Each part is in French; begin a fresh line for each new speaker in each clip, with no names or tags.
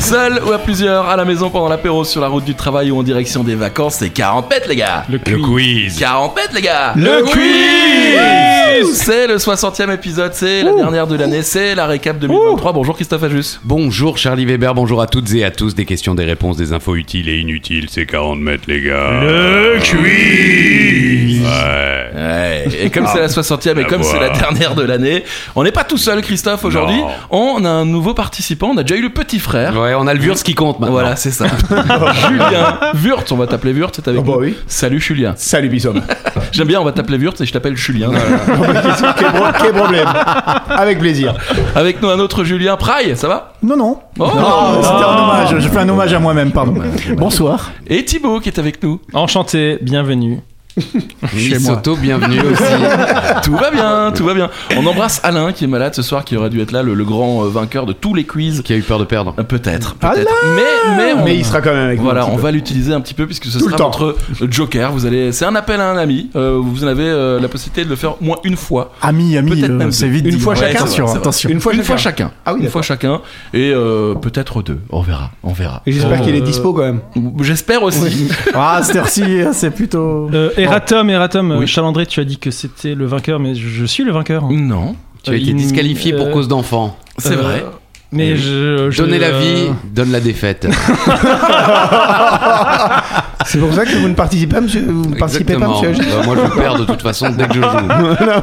Seul ou à plusieurs, à la maison pendant l'apéro, sur la route du travail ou en direction des vacances, c'est 40 mètres, les gars.
Le quiz.
40 mètres, les gars.
Le quiz.
Wouh C'est le 60e épisode, c'est la dernière de l'année, c'est la récap 2023. Bonjour Christophe Ajus.
Bonjour Charlie Weber, bonjour à toutes et à tous. Des questions, des réponses, des infos utiles et inutiles. C'est 40 mètres, les gars.
Le quiz.
Ouais.
Ouais, et comme c'est la 60e et
Ah,
comme c'est la dernière de l'année, on n'est pas tout seul Christophe aujourd'hui,
Non.
on a un nouveau participant, on a déjà eu le petit frère.
Ouais, on a le Wurz qui compte maintenant.
Voilà, c'est ça. Julien Wurtz, on va t'appeler Wurtz, t'es avec
Ah bah
nous.
oui.
Salut Julien.
Salut Bissom.
J'aime bien, on va t'appeler Wurtz et je t'appelle Julien.
quel, pro- quel problème Avec plaisir.
Avec nous un autre Julien Praille, ça va
Non, non.
Oh.
Non, C'était un hommage. Je fais un hommage à moi-même, pardon. Bonsoir.
Et Thibaut qui est avec nous.
Enchanté, bienvenue.
Nice
moi.
Auto, bienvenue aussi.
Ah, Tout va bien, tout va bien. On embrasse Alain qui est malade ce soir, qui aurait dû être là, le, le grand euh, vainqueur de tous les quiz.
qui a eu peur de perdre.
Euh, Peut-être, peut-être. Mais, mais, on-
Ah Mais il sera quand même avec nous un
Voilà,
petit
on
peu.
va l'utiliser un petit peu puisque ce
Tout
sera
le temps.
votre joker. Vous allez, c'est un appel à un ami. Euh, vous avez euh, la possibilité de le faire au moins une fois.
Ami, ami,
Peut-être
euh,
même
c'est
deux.
vite
Une
dit.
fois
Ouais,
chacun, c'est
Attention,
vrai, c'est vrai.
attention.
Une fois, chacun.
Ah oui,
une fois chacun. Et euh, peut-être deux. On verra. On verra. Euh,
Et J'espère
Oh.
qu'il est dispo quand même.
J'espère aussi.
Ah, cette heure-ci, c'est plutôt.
Euh, Eratom, Eratom, euh,
Oui.
Chalandré, tu as dit que c'était le vainqueur, mais je, je suis le vainqueur. hein.
Non,
Tu as été
Euh,
disqualifié pour
euh,
cause d'enfant.
c'est
Euh,
vrai.
Mais
Oui.
je, je-
Donnez la
euh,
vie, donne la défaite.
C'est pour ça que vous ne participez pas, monsieur. Vous ne participez pas,
Exactement.
monsieur. Agis
Bah, moi, je perds de toute façon dès que je joue.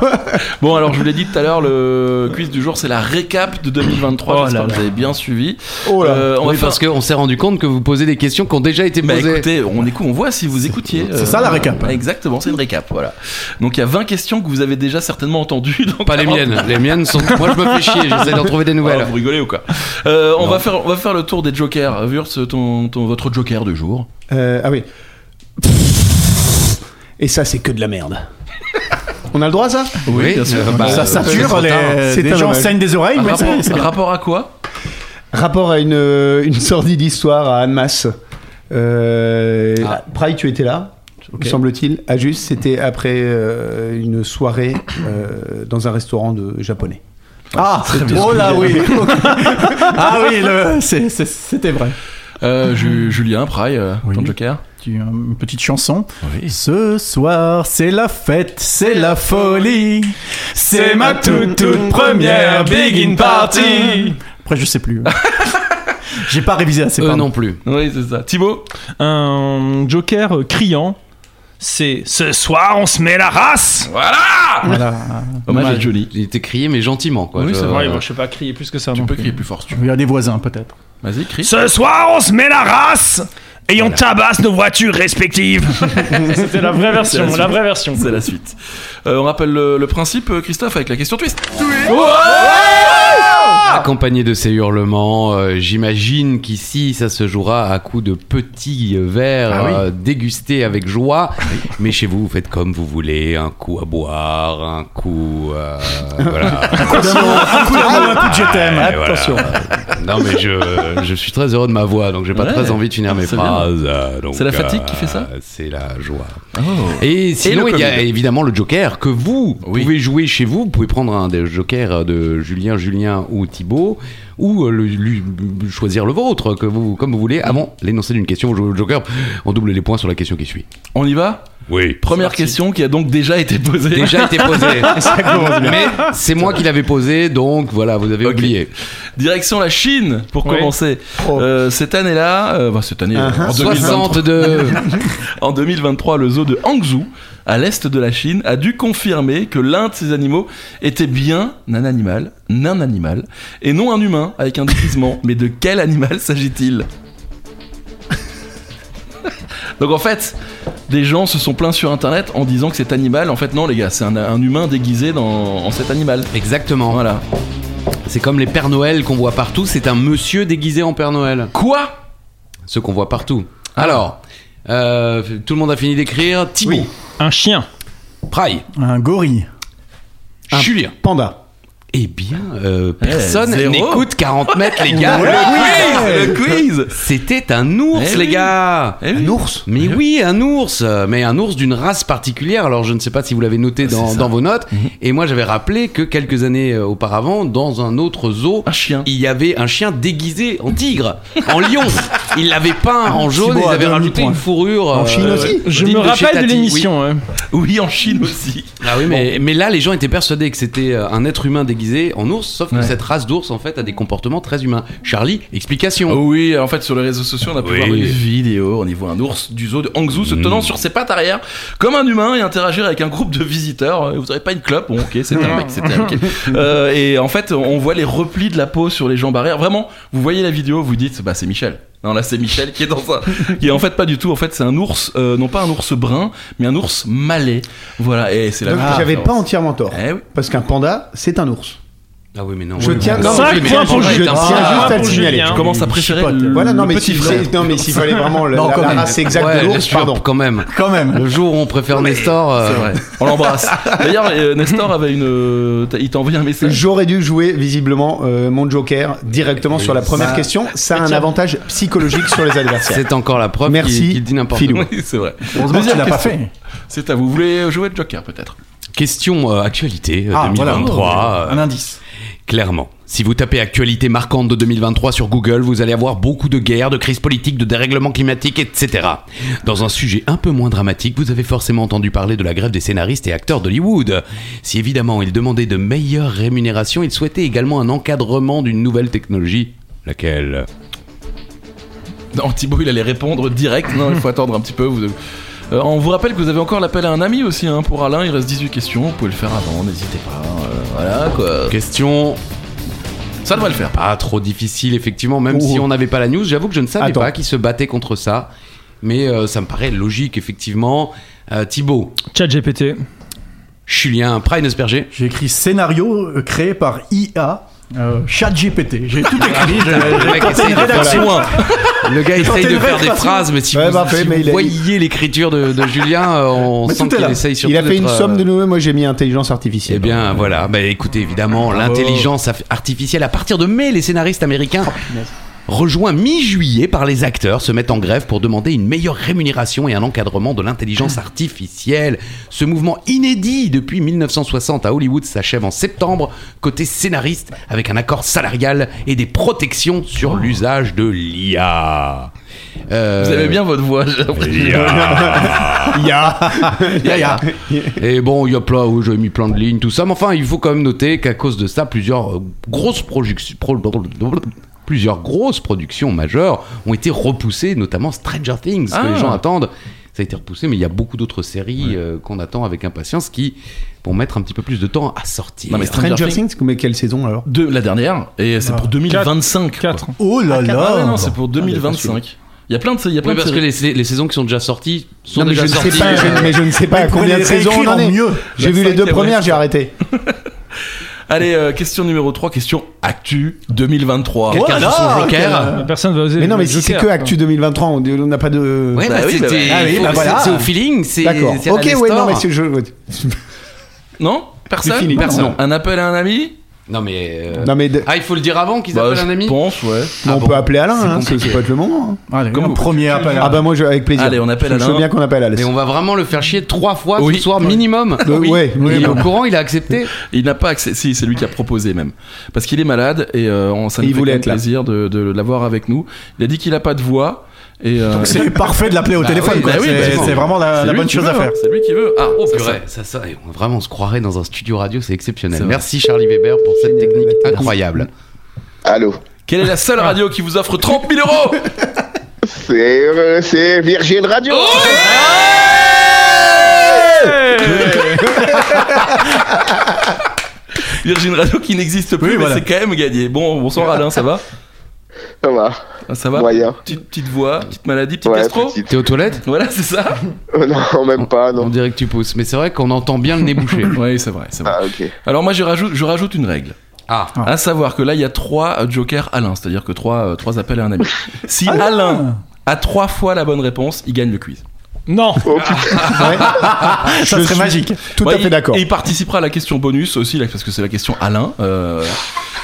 Bon, alors je vous l'ai dit tout à l'heure, le quiz du jour, c'est la récap de 2023.
Oh
J'espère
là
que vous avez bien suivi.
Oh là.
Euh, on
Oui,
va faire...
parce qu'on s'est rendu compte que vous posez des questions qui ont déjà été
Bah
posées.
écoutez, on écoute, on voit si vous écoutiez. euh,
C'est ça, la récap.
Exactement, c'est une récap, voilà. Donc il y a 20 questions que vous avez déjà certainement entendues. donc-
Pas les miennes. Les miennes sont. Moi, je me fais chier. J'essaie d'en trouver des
Voilà,
nouvelles.
vous rigolez ou quoi Euh, on, va faire, on va faire le tour des jokers. Wurtz, ton, ton, votre joker du jour.
Euh, ah oui. Et ça, c'est que de la merde. On a le droit à ça
Oui,
bien sûr.
euh, bah,
Ça
c'est
sature,
trop tard. Ah,
les, les gens saignent des oreilles, mais
rapport,
c'est- c'est bien.
rapport à quoi
Rapport à une, euh, une sordide histoire à Annemasse. Euh, Praille, tu étais là, me semble-t-il. Ah, juste, c'était après euh, une soirée euh, dans un restaurant de japonais. Ah, oh là oui. ah oui, c'était vrai.
Euh, Ju- Julien, Pry, euh,
Oui.
ton joker
Tu- Une petite chanson.
Oui.
Ce soir, c'est la fête, c'est la folie. C'est ma toute toute première big in party. Après, je sais plus. J'ai pas révisé assez.
Eux
pardon.
Euh, non plus.
Oui, c'est ça. Thibaut
Un joker euh, criant, c'est ce soir on se met la race.
Ah, Voilà.
Hommage à
Hommage.
Johnny.
Il était crié, mais gentiment, quoi.
Oui,
Je-
c'est
Ouais, bon, je sais pas crier plus que ça.
Tu
non.
peux crier plus fort si tu veux.
Il y a des voisins peut-être.
Vas-y, crie.
Ce soir on se met la race et on tabasse nos voitures respectives. C'était la vraie version, la, vraie version.
C'est la suite. Euh, on rappelle le, le principe, euh, Christophe, avec la question twist. Ah.
Accompagné de ces hurlements, euh, j'imagine qu'ici ça se jouera à coups de petits euh, verres
Ah oui. Ah
euh, dégustés avec joie. Mais chez vous, vous faites comme vous voulez, un coup à boire, un coup, euh, voilà.
Un coup
Ah,
de mot, un coup de je
Eh,
t'aime.
Et voilà. Euh, Non mais je, je suis très heureux de ma voix, donc j'ai pas
Ouais.
très envie de finir mes
C'est bien.
phrases. euh, donc,
C'est la fatigue qui fait ça
C'est la joie.
Oh.
Et sinon,
le
il y a
Covid.
évidemment le Joker que vous
Oui.
pouvez jouer chez vous. Vous pouvez prendre un des Jokers de Julien, Julien ou Thibaut, ou euh, le- lui- choisir le vôtre, que vous, comme vous voulez. Avant l'énoncé d'une question, vous jouez le Joker. On double les points sur la question qui suit.
On y va
Oui.
Première question qui a donc déjà été posée.
Déjà été posée. Mais c'est moi qui l'avais posée, donc voilà, vous avez
Ok.
oublié.
Direction la Chine pour
Oui.
commencer.
Oh. Uh-huh.
Euh, cette année-là, euh, bah, cette année, euh, en, 2023,
62.
en 2023, le zoo de Hangzhou, à l'est de la Chine, a dû confirmer que l'un de ces animaux était bien un animal, non animal, et non un humain avec un déguisement. Mais de quel animal s'agit-il Donc en fait, des gens se sont plaints sur internet en disant que cet animal, en fait non les gars, c'est un, un humain déguisé dans, en cet animal.
Exactement.
Voilà.
C'est comme les Pères Noël qu'on voit partout, c'est un monsieur déguisé en Père Noël.
Quoi
Ce qu'on voit partout. Alors, euh, tout le monde a fini d'écrire. Thibaut,
Oui.
Un chien,
Praille,
Un ah, gorille.
Julien
Panda.
Eh bien, euh, personne
zéro.
n'écoute 40 mètres, les gars.
Le quiz Le quiz
C'était un ours,
Eh
les
oui.
gars.
Eh oui.
Un ours
Mais oui, un ours, euh, mais un ours d'une race particulière. Alors je ne sais pas si vous l'avez noté dans,
ça.
dans vos notes. Et moi j'avais rappelé que quelques années euh, auparavant, dans un autre zoo,
Un chien.
il y avait un chien déguisé en tigre, en lion. Il l'avait peint en jaune,
mot
ils
à
avaient
donner
rajouté
point.
une fourrure.
En Chine aussi
Je
digne
me
de chez
rappelle
Tati,
de
oui.
l'émission. hein.
Oui, en Chine aussi.
Ah oui, mais, mais là les gens étaient persuadés que c'était euh, un être humain déguisé en ours, sauf que
Ouais.
cette race d'ours en fait a des comportements très humains. Charlie, explication.
Ah Oui, en fait, sur les réseaux sociaux, on a pu
Oui. Mm.
voir une vidéo. On y voit un ours du zoo de Hangzhou se tenant sur ses pattes arrière comme un humain et interagir avec un groupe de visiteurs. Euh, Vous n'avez pas une clope Bon, ok, c'était un mec, c'était ok. Euh, et en fait, on voit les replis de la peau sur les jambes arrière. Vraiment, vous voyez la vidéo, vous dites, bah, c'est Michel. Non, là, c'est Michel qui est dans un. qui est en fait pas du tout. En fait, c'est un ours, euh, non pas un ours brun, mais un ours malais. Voilà, et c'est la
Donc,
vraie
J'avais pas
différence.
entièrement tort.
Eh oui.
Parce qu'un panda, c'est un ours.
Ah oui, mais non.
Je
Oui,
tiens-
mais
non,
Cinq
oui, mais
points
un
pour
panda est
Julien.
un
Cinq
singe.
points
juste à le
pour
signaler.
Julien.
Je commence à
Il
préférer
chipote.
le,
Voilà,
le
non mais,
petit
s'il
frère.
fallait- non, mais s'il fallait vraiment la,
Non,
la-
quand
la
même.
race exacte
Ouais,
de
bien
l'ours,
sûr,
pardon.
quand même.
Quand même.
Le jour où on préfère Nestor. euh,
C'est vrai. On l'embrasse. D'ailleurs, euh, Nestor avait une. euh, t'as- Il t'a envoyé un message.
J'aurais dû jouer visiblement euh, mon Joker directement sur la première question. Ça a un avantage psychologique sur les adversaires.
C'est encore la preuve
Merci,
qu'il qu'il dit n'importe
Philou.
quoi.
Oui, c'est vrai.
Heureusement que tu
Deuxième
l'as pas
question.
fait.
C'est à vous. Vous voulez euh, jouer le Joker peut-être
Question euh, actualité euh,
Ah, voilà.
2023. euh,
Un indice.
Clairement. Si vous tapez actualité marquante de 2023 sur Google, vous allez avoir beaucoup de guerres, de crises politiques, de dérèglements climatiques, etc. Dans un sujet un peu moins dramatique, vous avez forcément entendu parler de la grève des scénaristes et acteurs d'Hollywood. Si évidemment ils demandaient de meilleures rémunérations, ils souhaitaient également un encadrement d'une nouvelle technologie. Laquelle
Non, Thibaut, il allait répondre direct. Non, il faut attendre un petit peu. Vous- Euh, on vous rappelle que vous avez encore l'appel à un ami aussi. hein. Pour Alain, il reste 18 questions. Vous pouvez le faire avant, n'hésitez pas. Euh, voilà quoi.
Question
Ça devrait le faire.
pas trop difficile, effectivement, même
Oh.
si on n'avait pas la news. J'avoue que je ne savais
Attends.
pas qu'ils se battaient contre ça. Mais euh, ça me paraît logique, effectivement. Euh, Thibaut,
Chat GPT.
Julien, Prime Asperger.
J'ai écrit scénario euh, créé par IA. Euh, chat GPT, j'ai
Ah.
tout écrit, j'ai- j'ai
mec
tenté
essaye
une
de faire
rédaction.
Le gars
tenté
essaye de
une
faire des
réflexion.
phrases, mais si
Ouais,
vous,
parfait,
si
mais
vous
il a-
voyez l'écriture de, de Julien, euh, on
Mais
sent
tout est
qu'il
là.
essaye surtout
Il a fait une
d'être,
somme
euh,
de nouveau. Moi, j'ai mis intelligence artificielle.
Eh bien voilà, bah, écoutez évidemment, l'intelligence af- artificielle, à partir de mai, les scénaristes américains, rejoints mi-juillet par les acteurs, se mettent en grève pour demander une meilleure rémunération et un encadrement de l'intelligence artificielle. Ce mouvement inédit depuis 1960 à Hollywood s'achève en septembre, côté scénariste, avec un accord salarial et des protections sur l'usage de l'IA. Euh,
Oh. Vous avez bien votre voix, j'ai l'impression.
Ya, ya. Et bon, il y a plein, oui, j'avais mis plein de lignes, tout ça. Mais enfin, il faut quand même noter qu'à cause de ça, plusieurs euh, grosses productions. pro- Plusieurs grosses productions majeures ont été repoussées, notamment Stranger Things, que les gens
Ah.
attendent. Ça a été repoussé, mais il y a beaucoup d'autres séries euh, qu'on attend avec impatience qui vont mettre un petit peu plus de temps à sortir.
Non, mais Stranger
Stranger
Things.
Things, mais quelle saison alors
Deux, la dernière, et c'est pour 2025. quoi.
4.
Oh là
Ah ouais,
là
non, c'est pour 2025. Il y a plein de, il y a plein
Oui,
de
parce que
séries.
les, sais- les saisons qui sont déjà sorties sont
Non, mais je
déjà euh,
ne
sorties.
sais pas, je- mais je ne sais pas à
Vous pouvez
Eh, combien de
les
saisons on
réécrire
en
en
est.
mieux.
J'ai vu les deux
cinquième,
premières,
ouais.
j'ai arrêté.
Allez, euh, question numéro 3, question actu 2023.
Quelqu'un
Oh là
joue son
là,
joker.
quel-
Personne va oser.
Mais non,
le
mais si c'est
Joker,
que
quoi.
Actu 2023, on on n'a pas de.
Ouais,
Bah
bah,
oui,
c'était-
bah,
ah oui, bah,
c'est-
voilà.
c'est au feeling, c'est.
D'accord.
c'est à la
Ok, ouais, non,
Nestor.
mais c'est- je.
Non Personne
C'est fini.
Personne.
Non.
Un appel à un ami Bah,
Non, mais. euh,
Non, Bah, mais de-
Ah, il faut le dire avant qu'ils appellent un
Je
ami
pense, ouais.
mais
Ah
on
bon.
peut appeler Alain,
C'est
hein, c'est-
compliqué.
c'est pas être le moment. hein.
Allez,
Comme
un
vous-
premier appel.
Ah bah moi, je- avec plaisir.
Allez, on appelle
Je- Je
Alain.
veux bien qu'on appelle Alain.
Mais on va vraiment le faire chier trois fois
Oui. Bah
ce soir minimum.
Euh, ouais,
il est
minimum.
au courant, il a accepté.
Il n'a pas accès. Si, c'est lui qui a proposé même. Parce qu'il est malade et euh, on, ça
Et
nous
il
fait
voulait
quand même
être là.
plaisir de, de l'avoir avec nous. Il a dit qu'il n'a pas de voix. Et, euh,
Donc c'est parfait de l'appeler au
Bah
téléphone,
oui,
quoi.
bah oui,
C'est-
bah
c'est,
bon.
vraiment la,
c'est
la
lui
bonne
qui
chose
veut,
à
hein.
faire.
C'est lui qui veut. Ah, oh, purée.
Purée, ça, ça, et on- vraiment, on se croirait dans un studio radio, c'est exceptionnel.
C'est vrai.
Merci Charlie Weber pour cette technique incroyable.
Allô
Quelle est la seule radio qui vous offre 30 000 euros
C'est euh, c'est Virgin Radio
Oh Virgin Radio qui n'existe plus,
Oui,
mais
voilà.
c'est quand même gagné. Bon, bonsoir Alain, ça va
Ça va,
Ah, Ça va
moyen.
Petite, petite voix, petite maladie, petite
Ouais,
gastro
petite.
T'es aux toilettes
Voilà, c'est ça
Euh, Non, même pas,
On
non.
dirait que tu pousses, mais c'est vrai qu'on entend bien le nez bouché.
Oui, c'est vrai, c'est vrai.
Ah, ok.
Alors moi, je rajoute, je rajoute une règle.
Ah,
À savoir que là, il y a trois euh, jokers Alain, c'est-à-dire Ah. que trois, euh, trois appels à un ami. Si Alain a trois fois la bonne réponse, il gagne le quiz.
Non.
Oh putain.
Ça serait magique.
Tout
Ouais,
à fait
il-
d'accord.
Et il participera à la question bonus aussi, là, parce que c'est la question Alain. euh,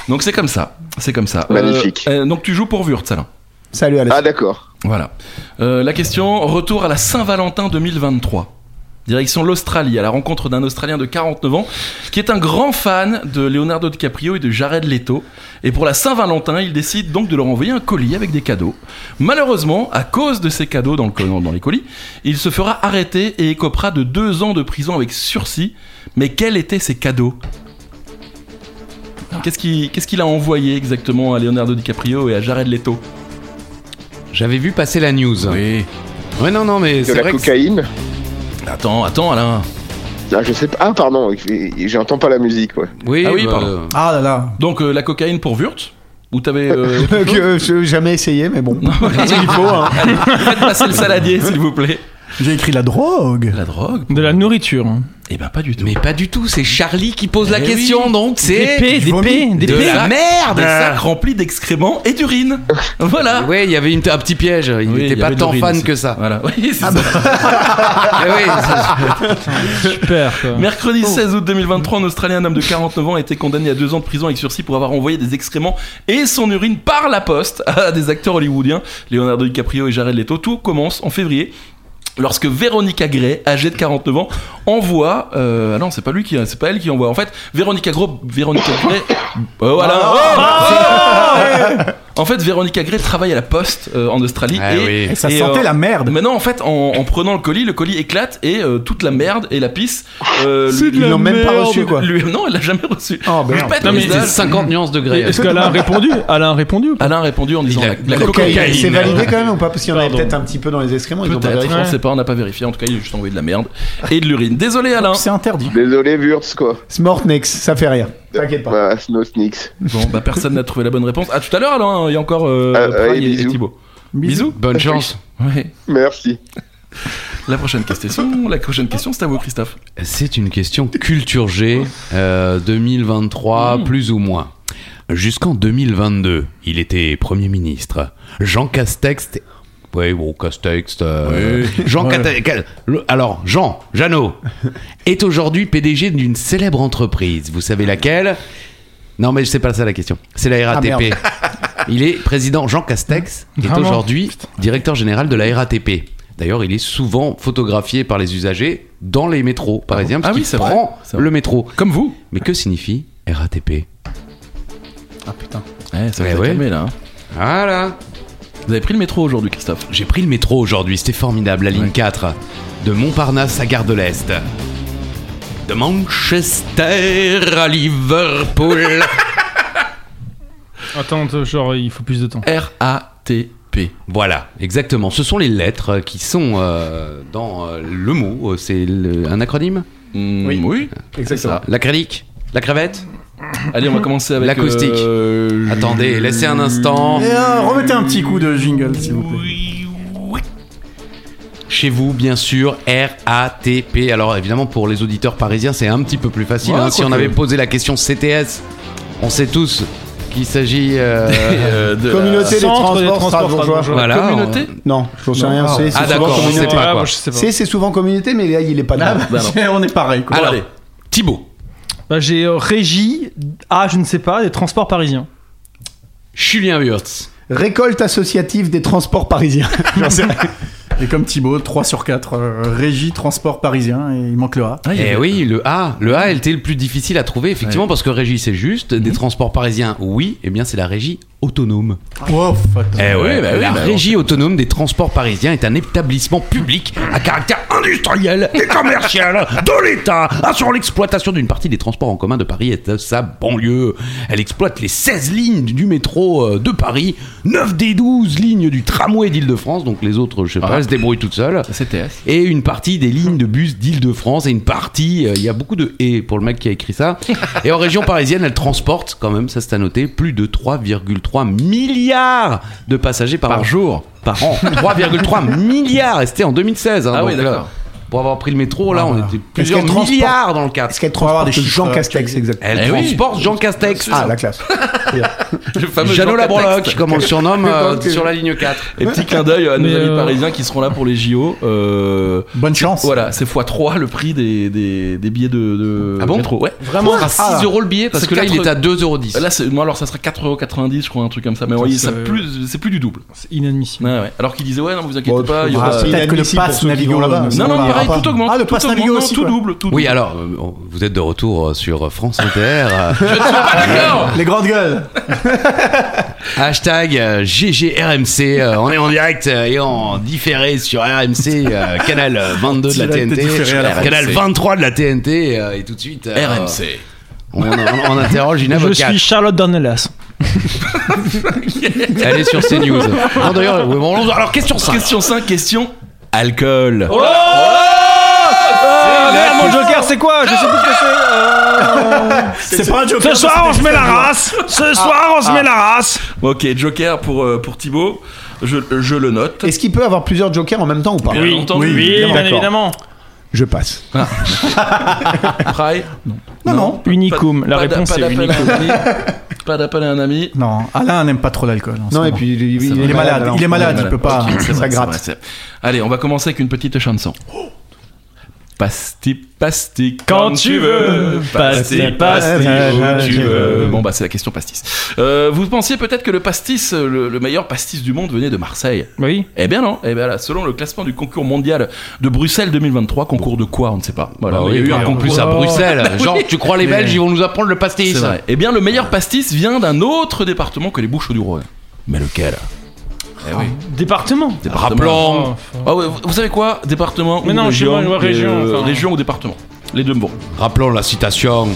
Donc c'est comme ça, c'est comme ça. Euh,
Magnifique.
euh, donc tu joues pour Wurtz, Alain.
Salut Alex.
Ah d'accord.
Voilà. Euh, la question, retour à la Saint-Valentin 2023. Direction l'Australie, à la rencontre d'un Australien de 49 ans, qui est un grand fan de Leonardo DiCaprio et de Jared Leto. Et pour la Saint-Valentin, il décide donc de leur envoyer un colis avec des cadeaux. Malheureusement, à cause de ces cadeaux dans, le col- dans les colis, il se fera arrêter et écopera de deux ans de prison avec sursis. Mais quels étaient ces cadeaux Qu'est-ce qu'il qu'est-ce qu'il a envoyé exactement à Leonardo DiCaprio et à Jared Leto
J'avais vu passer la news.
Oui.
Ouais, non, non, mais
De
c'est
la
vrai que
cocaïne.
Attends, attends Alain.
Ah, je sais pas. Ah pardon, j'ai- j'entends pas la musique. Ouais.
Oui,
Ah oui,
bah,
pardon.
Ah là là.
Donc euh, la cocaïne pour Wurt Ou t'avais... euh,
Euh, que j'ai jamais essayé, mais bon. Il faut, hein.
Allez, faites passer le saladier s'il vous plaît.
J'ai écrit la drogue.
La drogue
De la nourriture.
Eh ben pas du tout.
Mais pas du tout, c'est Charlie qui pose la
Eh
question, donc
Des
c'est
P, des P, des
de
P.
la
Des
merde.
sacs remplis d'excréments et d'urine. Voilà.
Ouais, il y avait une- un petit piège. Il
Oui,
n'était
y
pas
avait de
tant
l'urine
fan
aussi.
que ça.
Voilà. Oui, c'est ça.
Eh oui, ça-
Super, quoi.
Mercredi 16 août 2023, un Australien, un homme de 49 ans, a été condamné à deux ans de prison avec sursis pour avoir envoyé des excréments et son urine par la poste à des acteurs hollywoodiens, Leonardo DiCaprio et Jared Leto. Tout commence en février. Lorsque Véronica Gray, âgée de 49 ans, envoie, euh, ah non, c'est pas lui qui, c'est pas elle qui envoie. En fait, Véronica Gros, Véronica Gray, Oh, voilà. Oh en fait, Véronica Gray travaille à la poste euh, en Australie
Ah
et
oui.
Et ça
Et,
sentait
euh,
la merde.
Maintenant, en fait, en, en prenant le colis, le colis éclate et euh, toute la merde et la pisse. euh, lui-
Ils l'ont même pas reçu, quoi.
lui- non, elle l'a jamais reçu.
Oh,
Lui
merde.
pète
Non,
le
mais
visage.
c'est 50 nuances degrés.
Est-ce qu'Alain a répondu Alain a répondu ou pas
Alain a répondu en disant
Il a-
la, la
Ok,
cocaïne.
C'est validé quand même ou pas Parce qu'il y en avait
Pardon.
peut-être un petit peu dans les excréments, ils ont pas
Peut-être,
vérifié.
on sait pas, on n'a pas vérifié. En tout cas, il a juste envoyé de la merde et de l'urine. Désolé, Alain.
C'est interdit.
Désolé Wurtz quoi.
Smortnex, ça fait rien. T'inquiète pas.
Ah, Snow Sneaks.
Bon, bah personne n'a trouvé la bonne réponse. À tout à l'heure, Alain. Il y a encore euh,
Ah,
Prime
ouais,
et- et,
bisous.
Thibaut.
Bisous.
Bonne chance.
Ouais.
Merci.
La prochaine question, la prochaine question, c'est à vous, Christophe.
C'est une question culture G euh, 2023, plus ou moins. Jusqu'en 2022, il était Premier ministre. Jean Castex. Oui, bon, Castex. euh, Jean Cate- Ca- le- Alors, Jean, Jeannot, est aujourd'hui PDG d'une célèbre entreprise. Vous savez laquelle Non, mais c'est pas ça la question. C'est la RATP. il est président. Jean Castex est
Vraiment
aujourd'hui directeur général de la RATP. D'ailleurs, il est souvent photographié par les usagers dans les métros parisiens,
Ah
parce
oui,
qu'il
c'est vrai.
prend
C'est vrai.
le métro.
Comme vous.
Mais que signifie RATP
Ouais, ça
Ouais,
vous a
ouais.
calmé, là. hein.
Voilà
Vous avez pris le métro aujourd'hui, Christophe.
J'ai pris le métro aujourd'hui, c'était formidable, la ligne
Ouais.
4, de Montparnasse à Gare de l'Est. De Manchester à Liverpool.
Attends, euh, genre, il faut plus de temps.
R-A-T-P.
voilà, exactement. Ce sont les lettres qui sont euh, dans euh, le mot. C'est le- un acronyme
Mm,
Oui.
oui.
Exactement.
La crélique La crevette
Allez, on va commencer avec
L'acoustique.
euh,
Attendez, laissez un instant.
Et euh,
Eh,
remettez un petit coup de jingle, s'il vous plaît.
Chez vous, bien sûr, RATP. Alors évidemment, pour les auditeurs parisiens, c'est un petit peu plus facile.
Ouais,
hein. Si
quoique.
on avait posé la question CTS, on sait tous qu'il s'agit... euh,
euh, de la-
Communauté des
Centre des transports
transports strasbourgeois.
strasbourgeois.
voilà,
communauté
Non, j'en sais rien. C'est
Ah
c'est souvent
d'accord, on sait
communauté.
pas
Ah,
quoi.
moi, je sais pas.
C'est c'est souvent communauté, mais là il est pas
Ah,
là.
bah non.
On est pareil, quoi.
Alors,
allez.
Thibaut,
Bah, j'ai euh, régie à, je ne sais pas, des transports parisiens.
Julien Wurtz.
Récolte associative des transports parisiens. J'en sais rien.
Et comme Thibaut, 3 sur 4, régie, transport parisien, et il manque le A.
Ah, il y
Eh
avait-
oui, le A. Le A était le plus difficile à trouver, effectivement, parce que régie, c'est juste.
Mm-hmm.
Des transports parisiens, oui. Eh bien, c'est la régie autonome.
Wow, attends.
Eh ouais,
bah oui,
la
bah oui.
régie autonome des transports parisiens est un établissement public à caractère industriel et commercial de l'État assurant l'exploitation d'une partie des transports en commun de Paris et de sa banlieue. Elle exploite les 16 lignes du métro euh, de Paris, 9 des 12 lignes du tramway d'Île-de-France, donc les autres, je sais
Ah.
pas, elles se débrouillent toutes seules.
CTS.
Et une partie des lignes de bus d'Île-de-France et une partie, euh, il y a beaucoup de et pour le mec qui a écrit ça. Et en région parisienne, elle transporte quand même, ça c'est à noter, plus de 3,3 milliards de passagers par,
Par
an.
jour.
Par an. 3,3 milliards, et c'était en 2016. hein,
Ah
donc
oui,
là,
d'accord. Ah bah.
pour avoir pris le métro, là, on était plusieurs
qu'elle transporte-
milliards dans le 4.
Est-ce qu'elle
Pour avoir
transporte
des chiffres,
Jean
tu
Castex, exactement
Elle
Eh oui.
transporte Jean Castex.
Ah, la classe.
Le fameux
Jeannot
Jean
la
Castex.
Borloc, comme on le surnomme, euh, sur la ligne 4.
Et petit clin d'œil à nos
Mais,
amis
euh,
parisiens qui seront là pour les JO. euh,
Bonne chance.
Voilà, c'est x3 le prix des, des, des billets de, de
Ah bon
métro. Ouais. Ah.
Vraiment à 6 euros le billet, parce
C'est
que là, il
quatre-
est à 2,10 euros.
Là, c'est, moi, alors ça sera 4,90€, je crois, un truc comme ça. Mais oui,
c'est-
ça plus, c'est plus du double.
C'est inadmissible.
Ouais, ouais. Alors qu'ils disaient, ouais, non, vous inquiétez
Bon,
pas, il y
on
aura.
va
Peut-être que le
inadmissible pour
pass
ceux qui
navigant
vont
là-bas.
là-bas.
Non, non,
on
pareil,
verra
tout augmente.
Ah, le
tout
pass
augmente,
Navigo
non,
aussi,
Tout
quoi.
double, tout
Oui,
double.
alors, euh, on- vous êtes de retour euh, sur France Inter. euh,
Les grandes gueules.
hashtag euh, GGRMC. euh, on est en direct euh, et en différé sur RMC, euh, canal euh, 22 de la
Direct et
TNT,
différé à la
canal
RMC.
23 de la TNT, euh, et tout de suite. euh,
RMC.
On, on- on interroge une
Je
avocate.
suis Charlotte Dornelas.
Elle est sur CNews. Non, d'ailleurs, oui, bon, alors, question 5.
Question 5, question Oh alcool.
Oh,
Oh
Merde, mon Joker, c'est quoi Je sais plus ce que
C'est pas un
c'est.
joker.
Ce soir, on se met la race. Ce soir, on se met la race.
Ah, Ok, Joker pour, euh, pour Thibaut. Je, euh, je le note.
Est-ce qu'il peut avoir plusieurs jokers en même temps ou pas
Bien entendu.
bien
d'accord.
évidemment.
Je passe.
Pry.
Non, non.
Unicum.
Pas
La
d'a-
réponse
pas
est
d'appel à
Unicum.
un ami. Pas d'appel à un ami.
Non, Alain n'aime pas trop l'alcool. en ce
Non, et
moment. Ah
puis il, il
Il est malade,
alors.
il est malade, il
Voilà.
peut pas.
Ok, c'est
Ça
vrai, c'est
gratte.
vrai, c'est- Allez, on va commencer avec une petite chanson. Pasti, pasti,
Quand tu veux.
pasti,
Pasti,
pasti, où
pasti,
tu veux.
euh,
Bon, bah, c'est la question pastis. Euh, vous pensiez peut-être que le pastis, euh, le, le meilleur pastis du monde, venait de Marseille.
Oui.
Eh bien, non. Eh bien, là, selon le classement du concours mondial de Bruxelles 2023, concours de quoi On ne sait pas. Voilà,
Bah
mais
oui,
il y a eu un
en
concours.
plus à
Oh.
Bruxelles. Genre, tu crois les
Mais-
Belges, ils vont nous apprendre le pastis
C'est vrai. Eh bien, le meilleur pastis vient d'un autre département que les Bouches-du-Rhône. Mais lequel Eh oui.
Département.
Rappelons.
Oh, f-
Ah ouais, vous- vous savez quoi Département
Mais
ou
non,
région
chez moi, je vois
et,
région,
euh,
enfin.
région ou département. Les deux me vont.
Rappelons la citation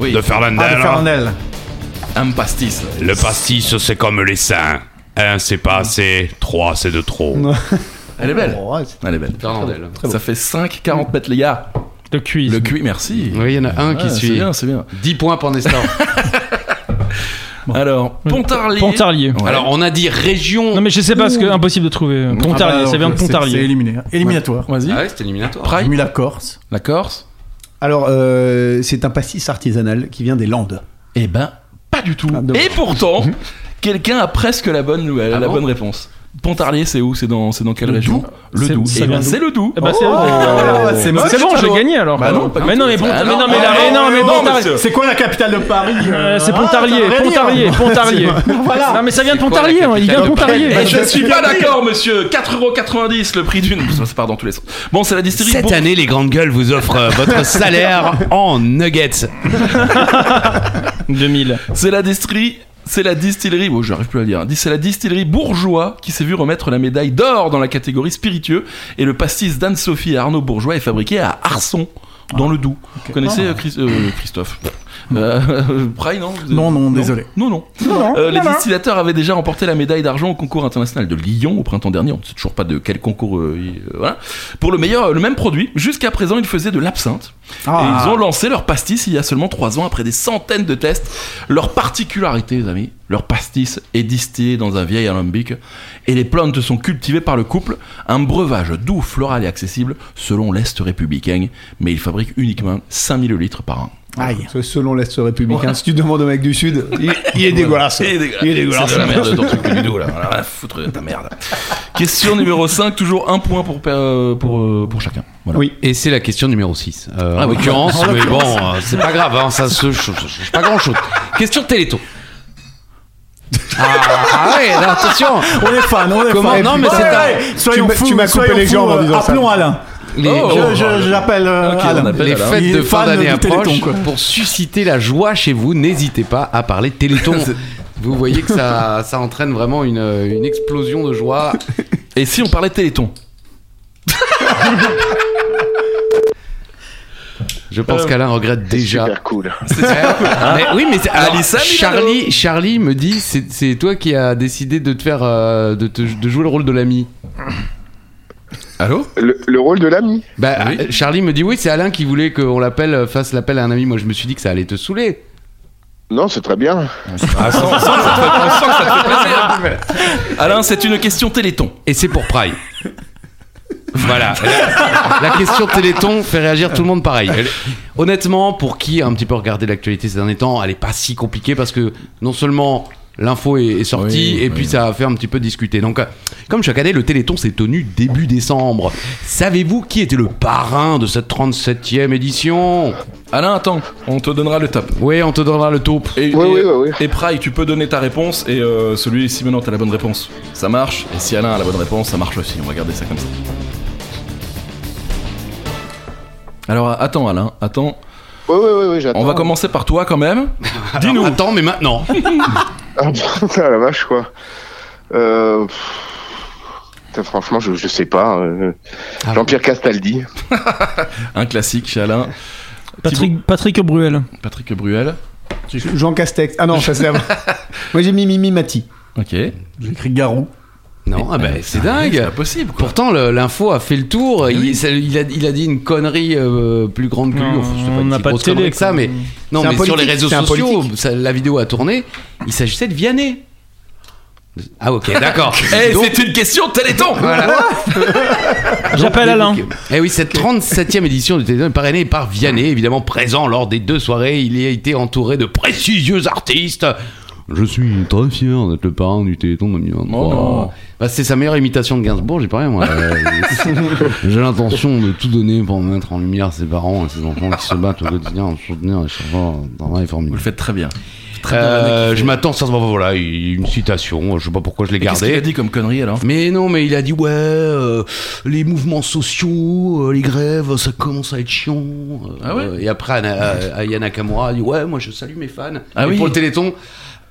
Oui.
de Fernandel.
Ah, de Fernandel.
Un pastis.
Le pastis, c'est comme les seins. Un, c'est pas assez. Trois, c'est de trop.
Elle est belle.
Oh, ouais, c'est-
Elle est belle.
Fernandel.
Ça fait 5, 40 mètres, les gars.
Le quiz.
Le cuit, merci.
Oui, il y en a un
Ah,
qui
c'est
suit.
bien, c'est bien.
10 points pour Nestor.
Alors, Pontarlier.
Pontarlier.
Ouais.
Alors, on a dit région.
Non mais je sais pas, parce que impossible de trouver. euh, Pontarlier,
Ah bah,
ça vient de
c'est- C'est
Pontarlier.
éliminé. Éliminatoire.
vas-y.
Ah ouais, c'était éliminatoire.
J'ai
Praille.
mis la Corse.
La Corse.
Alors, euh, c'est un pastis artisanal qui vient des Landes.
Eh ben, pas du tout.
Ah, dommage.
Et pourtant, quelqu'un a presque la bonne nouvelle,
Ah
la
bon
bonne réponse. Pontarlier, c'est où C'est dans, c'est dans quelle
Le
région
Doubs
Le
C'est-
Doubs.
ça
Eh
vient
ben,
d'où
C'est le Doubs.
Eh bah, c'est
Oh, c'est moche.
C'est bon, j'ai gagné alors.
Bah non, pas
mais
du
non,
tout.
mais bon,
Ah
mais
non,
non, mais
ah
la- mais non, mais bon, t'as-
C'est quoi la capitale de Paris
Euh, c'est
Ah,
Pontarlier,
t'as rien dit,
Pontarlier,
hein.
Pontarlier.
Voilà.
Non mais ça vient de
C'est quoi la
Pontarlier, hein, il vient de
capitale de
Pontarlier.
Eh, je ne suis pas d'accord, monsieur. 4,90€ le prix d'une. Ça part dans tous les sens. Bon, c'est la distillerie.
Cette
Bon-
année, les grandes gueules vous offrent euh, votre salaire en nuggets.
2000.
C'est la distillerie. C'est la distillerie, bon, j'arrive plus à le dire. hein. C'est la distillerie bourgeois qui s'est vue remettre la médaille d'or dans la catégorie spiritueux. Et le pastis d'Anne-Sophie et Arnaud Bourgeois est fabriqué à Arson, dans le Doubs.
Ah,
Vous connaissez euh, Chris- euh, Christophe euh, Pry, non Vous-
Non, non, désolé.
Non, non. Euh, les distillateurs avaient déjà remporté la médaille d'argent au concours international de Lyon au printemps dernier. On ne sait toujours pas de quel concours. euh, il- euh, voilà. Pour le meilleur, euh, le même produit. Jusqu'à présent, ils faisaient de l'absinthe.
Ah,
Et ils ont lancé leur pastis il y a seulement trois ans après des centaines de tests. Leur particularité, les amis, leur pastis est distillé dans un vieil alambic et les plantes sont cultivées par le couple. Un breuvage doux, floral et accessible selon l'Est républicain. Mais ils fabriquent uniquement 5000 litres par an.
Aïe.
Parce que Selon l'Est républicain, si tu demandes au mec du Sud, il, il est dégueulasse.
C'est
Il est
dégueulasse.
dégueulasse.
C'est de la merde ton truc du dos là. Voilà, rien à foutre de ta merde. Question numéro 5, toujours un point pour, euh, pour, euh, pour chacun. Voilà.
Oui.
Et c'est la question numéro 6. Euh,
Ah
en
oui.
l'occurrence, mais bon, euh, c'est pas grave, hein, ça se ch- ch- change pas grand chose. Question Téléthon. Ah, ah ouais, là, attention
On est fan, on est
Comment-
fan.
non, mais c'est un-
Tu
Soyons
m'as-
fous,
tu m'as coupé
soyons
les
fous,
jambes en
euh,
disant ça.
Appelons Alain.
les,
Oh.
Je- je- J'appelle euh,
Ok, on
Alain.
appelle
les
Alain.
fêtes
Il
de
est
fin
fan
d'année
du Téléthon,
approchent.
quoi.
Pour susciter la joie chez vous, n'hésitez pas à parler Téléthon. Vous voyez que ça, ça entraîne vraiment une, une explosion de joie.
Et si on parlait de Téléthon
Je
Euh,
pense qu'Alain regrette déjà.
Super cool.
mais oui, mais c'est- alors,
Ah. Alissa Milano.
Charlie, Charlie me dit, c'est c'est toi qui as décidé de te faire, euh, de, te- de jouer le rôle de l'ami.
Allô
Le, le rôle de l'ami.
Bah,
Oui.
euh, Charlie me dit oui, c'est Alain qui voulait qu'on l'appelle, euh, fasse l'appel à un ami. Moi, je me suis dit que ça allait te saouler.
Non, c'est très bien.
Alain, c'est une question Téléthon.
Et c'est pour Pride. Voilà. La, la question Téléthon fait réagir tout le monde pareil. Elle- honnêtement, pour qui a un petit peu regardé l'actualité ces derniers temps, elle est pas si compliquée parce que non seulement l'info est, est sortie
Oui,
et
oui.
puis ça a fait un petit peu discuter. Donc, euh, comme chaque année, le Téléthon s'est tenu début décembre. Savez-vous qui était le parrain de cette 37e édition
Alain, attends, on te donnera le top.
Oui, on te donnera le taupe.
Et,
Oui,
et-
oui, oui, oui.
et Pry, tu peux donner ta réponse et euh, celui si maintenant t'as la bonne réponse, ça marche. Et si Alain a la bonne réponse, ça marche aussi. On va garder ça comme ça. Alors attends Alain, attends.
Oui, oui, oui, oui, j'attends.
On va commencer par toi quand même.
Dis-nous. Attends, mais maintenant.
Ah, putain, la vache, quoi. Euh... pff, putain, franchement, je, je sais pas. euh,
Ah.
Jean-Pierre Castaldi.
Un classique chez Alain.
Patrick, Patrick Bruel.
Thibaut- Patrick Bruel.
Jean Castex. Ah non, ça c'est avant. Moi j'ai mis Mimi Mati.
Ok.
J'ai écrit Garou.
Non, ah ben, c'est
C'est
dingue.
pas possible. Quoi.
Pourtant, le- l'info a fait le tour. Il, ça- il a, il a dit une connerie euh, plus grande que lui.
Non,
Enfin, c'est
on
une
n'a
si
pas de
grosse
télé,
connerie que ça,
quoi.
mais non,
C'est un
mais sur les
politique,
réseaux
c'est un
sociaux,
politique.
ça- la vidéo a tourné. Il s'agissait de Vianney. Ah ok, d'accord.
Eh,
Donc,
c'est une question Téléthon.
J'appelle Alain.
Eh oui, cette 37e édition du Téléthon est parrainée par Vianney, évidemment présent lors des deux soirées. Il y a été entouré de prestigieux artistes. Je suis très fier d'être le parrain du Téléthon 2023.
Oh non.
Bah, c'est sa meilleure imitation de Gainsbourg, j'ai pas rien moi. Euh, J'ai l'intention de tout donner pour mettre en lumière ses parents et ses enfants qui se battent au quotidien en soutenir et savoir un travail
Vous
formidable.
le faites très bien.
Euh, je m'attends sincèrement, voilà, une citation, je sais pas pourquoi je l'ai
Et Qu'est-ce
gardée.
qu'il a dit comme connerie alors
Mais non, mais il a dit ouais, euh, les mouvements sociaux, euh, les grèves, ça commence à être chiant. Euh,
Ah ouais
euh, Et après, Ana, euh, Aya Nakamura a dit ouais, moi je salue mes fans.
Ah
et
oui.
Pour le Téléthon.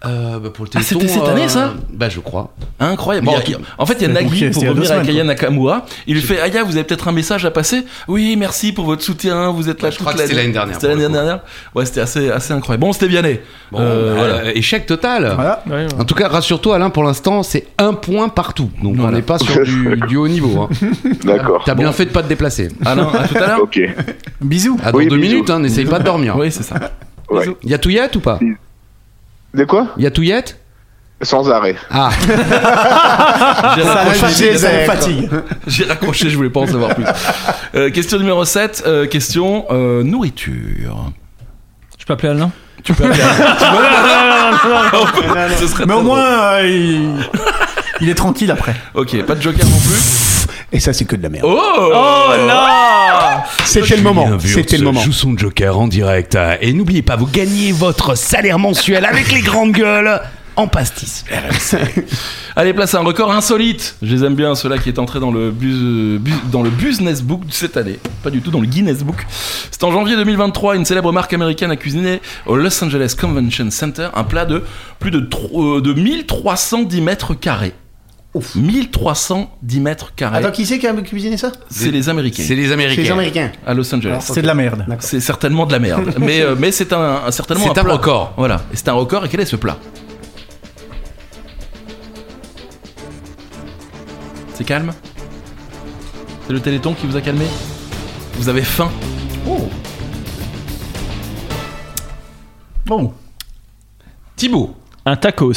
euh, bah, pour le
Ah,
Téléthon,
c'était cette
euh,
année, ça
Bah je crois.
Incroyable.
Bon,
Il y a- en fait, il y a
c'est
Nagui
compliqué,
pour
c'était il y a deux
revenir à
semaines,
Kaya Nakamura. Il lui fait Aya, vous avez peut-être un message à passer Oui, merci pour votre soutien. Vous êtes là
Je
toute
crois que c'était l'année dernière,
C'était
pour
l'année
le coup.
dernière. Ouais, c'était assez, assez incroyable. Bon, c'était Vianney.
Bon,
Euh,
euh,
voilà.
échec total.
Voilà.
Ouais, ouais.
En tout cas, rassure-toi Alain, pour l'instant c'est un point partout. Donc on
Voilà.
n'est pas sur du, du haut niveau. hein.
D'accord.
T'as bien fait de pas te déplacer.
Alain, à tout à l'heure.
Ok.
Bisous.
Ah, dans
Oui,
deux
bisous.
minutes, hein, n'essaye pas de dormir.
Oui, c'est ça.
Ouais.
Y a Touillette ou pas
De quoi
Y a Touillette
Sans arrêt.
Ah,
J'ai
Ça,
raccroché,
c'est-
j'ai-
quoi.
fatigue.
j'ai raccroché, je voulais pas en savoir plus. Euh, question numéro 7, question euh, nourriture.
Je peux appeler Alain
Tu peux appeler Alain. Ce serait
Mais
très
au moins, euh, il... il est tranquille après.
drôle. Ok, pas de joker non plus.
Et ça c'est que de la merde.
Oh, là
C'était le moment. C'était le moment.
Joue son Joker en direct. hein. Et n'oubliez pas, vous gagnez votre salaire mensuel avec les grandes gueules en pastis.
Allez, place à un record insolite. Je les aime bien, ceux-là qui est entré dans le, bus- bus- dans le business book de cette année. Pas du tout dans le Guinness book. C'est en janvier 2023, une célèbre marque américaine a cuisiné au Los Angeles Convention Center un plat de plus de, tro- euh, de 1310 mètres carrés. 1310 mètres carrés.
Attends, qui c'est qui a cuisiné ça
c'est les Américains
Ah, c'est les
C'est
Américains.
les Américains.
à Los Angeles.
C'est de la merde.
Euh, C'est certainement de la merde. mais euh, mais c'est un, un- certainement
C'est un
plat.
record.
Voilà, et c'est un record. Et quel est ce plat C'est calme C'est le téléthon qui vous a calmé Vous avez faim
Oh.
Bon.
Thibaut,
Un tacos.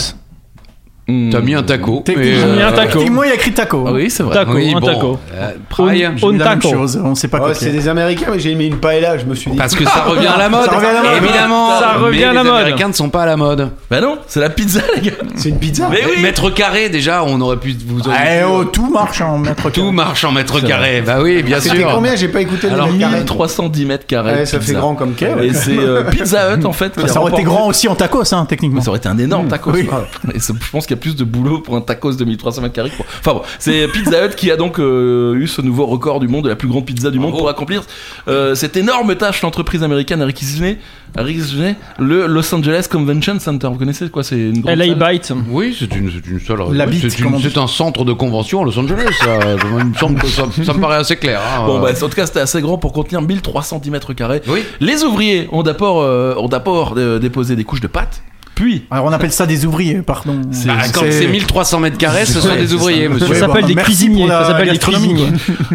t'as mis un taco.
Techniquement,
mais,
J'ai mis un
euh,
taco.
Techniquement, il y a écrit taco.
Ah oui, c'est vrai.
Taco, un taco.
euh, Praille,
On-
J'ai mis
Un
la même
taco.
chose. On sait pas
Oh,
quoi.
c'est des Américains, mais j'ai mis une paella, je me suis dit.
parce que ça revient à la mode.
Ça revient à la mode.
Évidemment.
Ça revient
mais
à la
les
mode.
Américains ne sont pas à la mode.
Bah non, c'est la pizza, les gars
C'est une pizza.
Mais oui
Mètre carré, déjà, on aurait pu vous.
Eh oh, tout marche en mètre
Tout
carré.
marche en mètre carré. Bah oui, bien
C'était
sûr.
combien J'ai pas écouté le
Alors
mètre carré.
1310 mètres carrés.
Ouais,
de
ça fait
pizza.
grand comme quai. ouais.
Et c'est euh, Pizza Hut en fait. qui a
Ça aurait
remporté-
été grand aussi en tacos, hein, techniquement.
Ça aurait été un énorme tacos.
Oui.
ouais. Et ça- je pense qu'il y a plus de boulot pour un tacos de 1300 mètres carrés. que pour- Enfin bon, c'est Pizza Hut qui a donc euh, eu ce nouveau record du monde, de la plus grande pizza du monde, pour accomplir euh, cette énorme tâche. L'entreprise américaine a réquisitionné, a réquisitionné le Los Angeles Convention Center. Vous connaissez quoi C'est une grande.
LA
salle
Bite.
Oui, c'est une, c'est une seule.
La
oui,
bite,
c'est une-
comment on dit
c'est un centre de convention à Los Angeles. ça. il me semble que ça, ça me paraît assez clair. hein.
Bon, bah, en tout cas, c'était assez grand pour contenir 1310 mètres carrés.
oui.
Les ouvriers ont d'abord euh, ont d'abord euh, déposé des couches de pâtes, puis
Alors on appelle ça des ouvriers, pardon.
Bah, quand c'est 1300 mètres carrés, ce sont
Ouais,
des
c'est
ouvriers,
ça.
monsieur.
Ça
Ouais,
s'appelle
bah,
des
merci
cuisiniers.
pour la
Ça s'appelle des
gastronomie,
cuisiniers.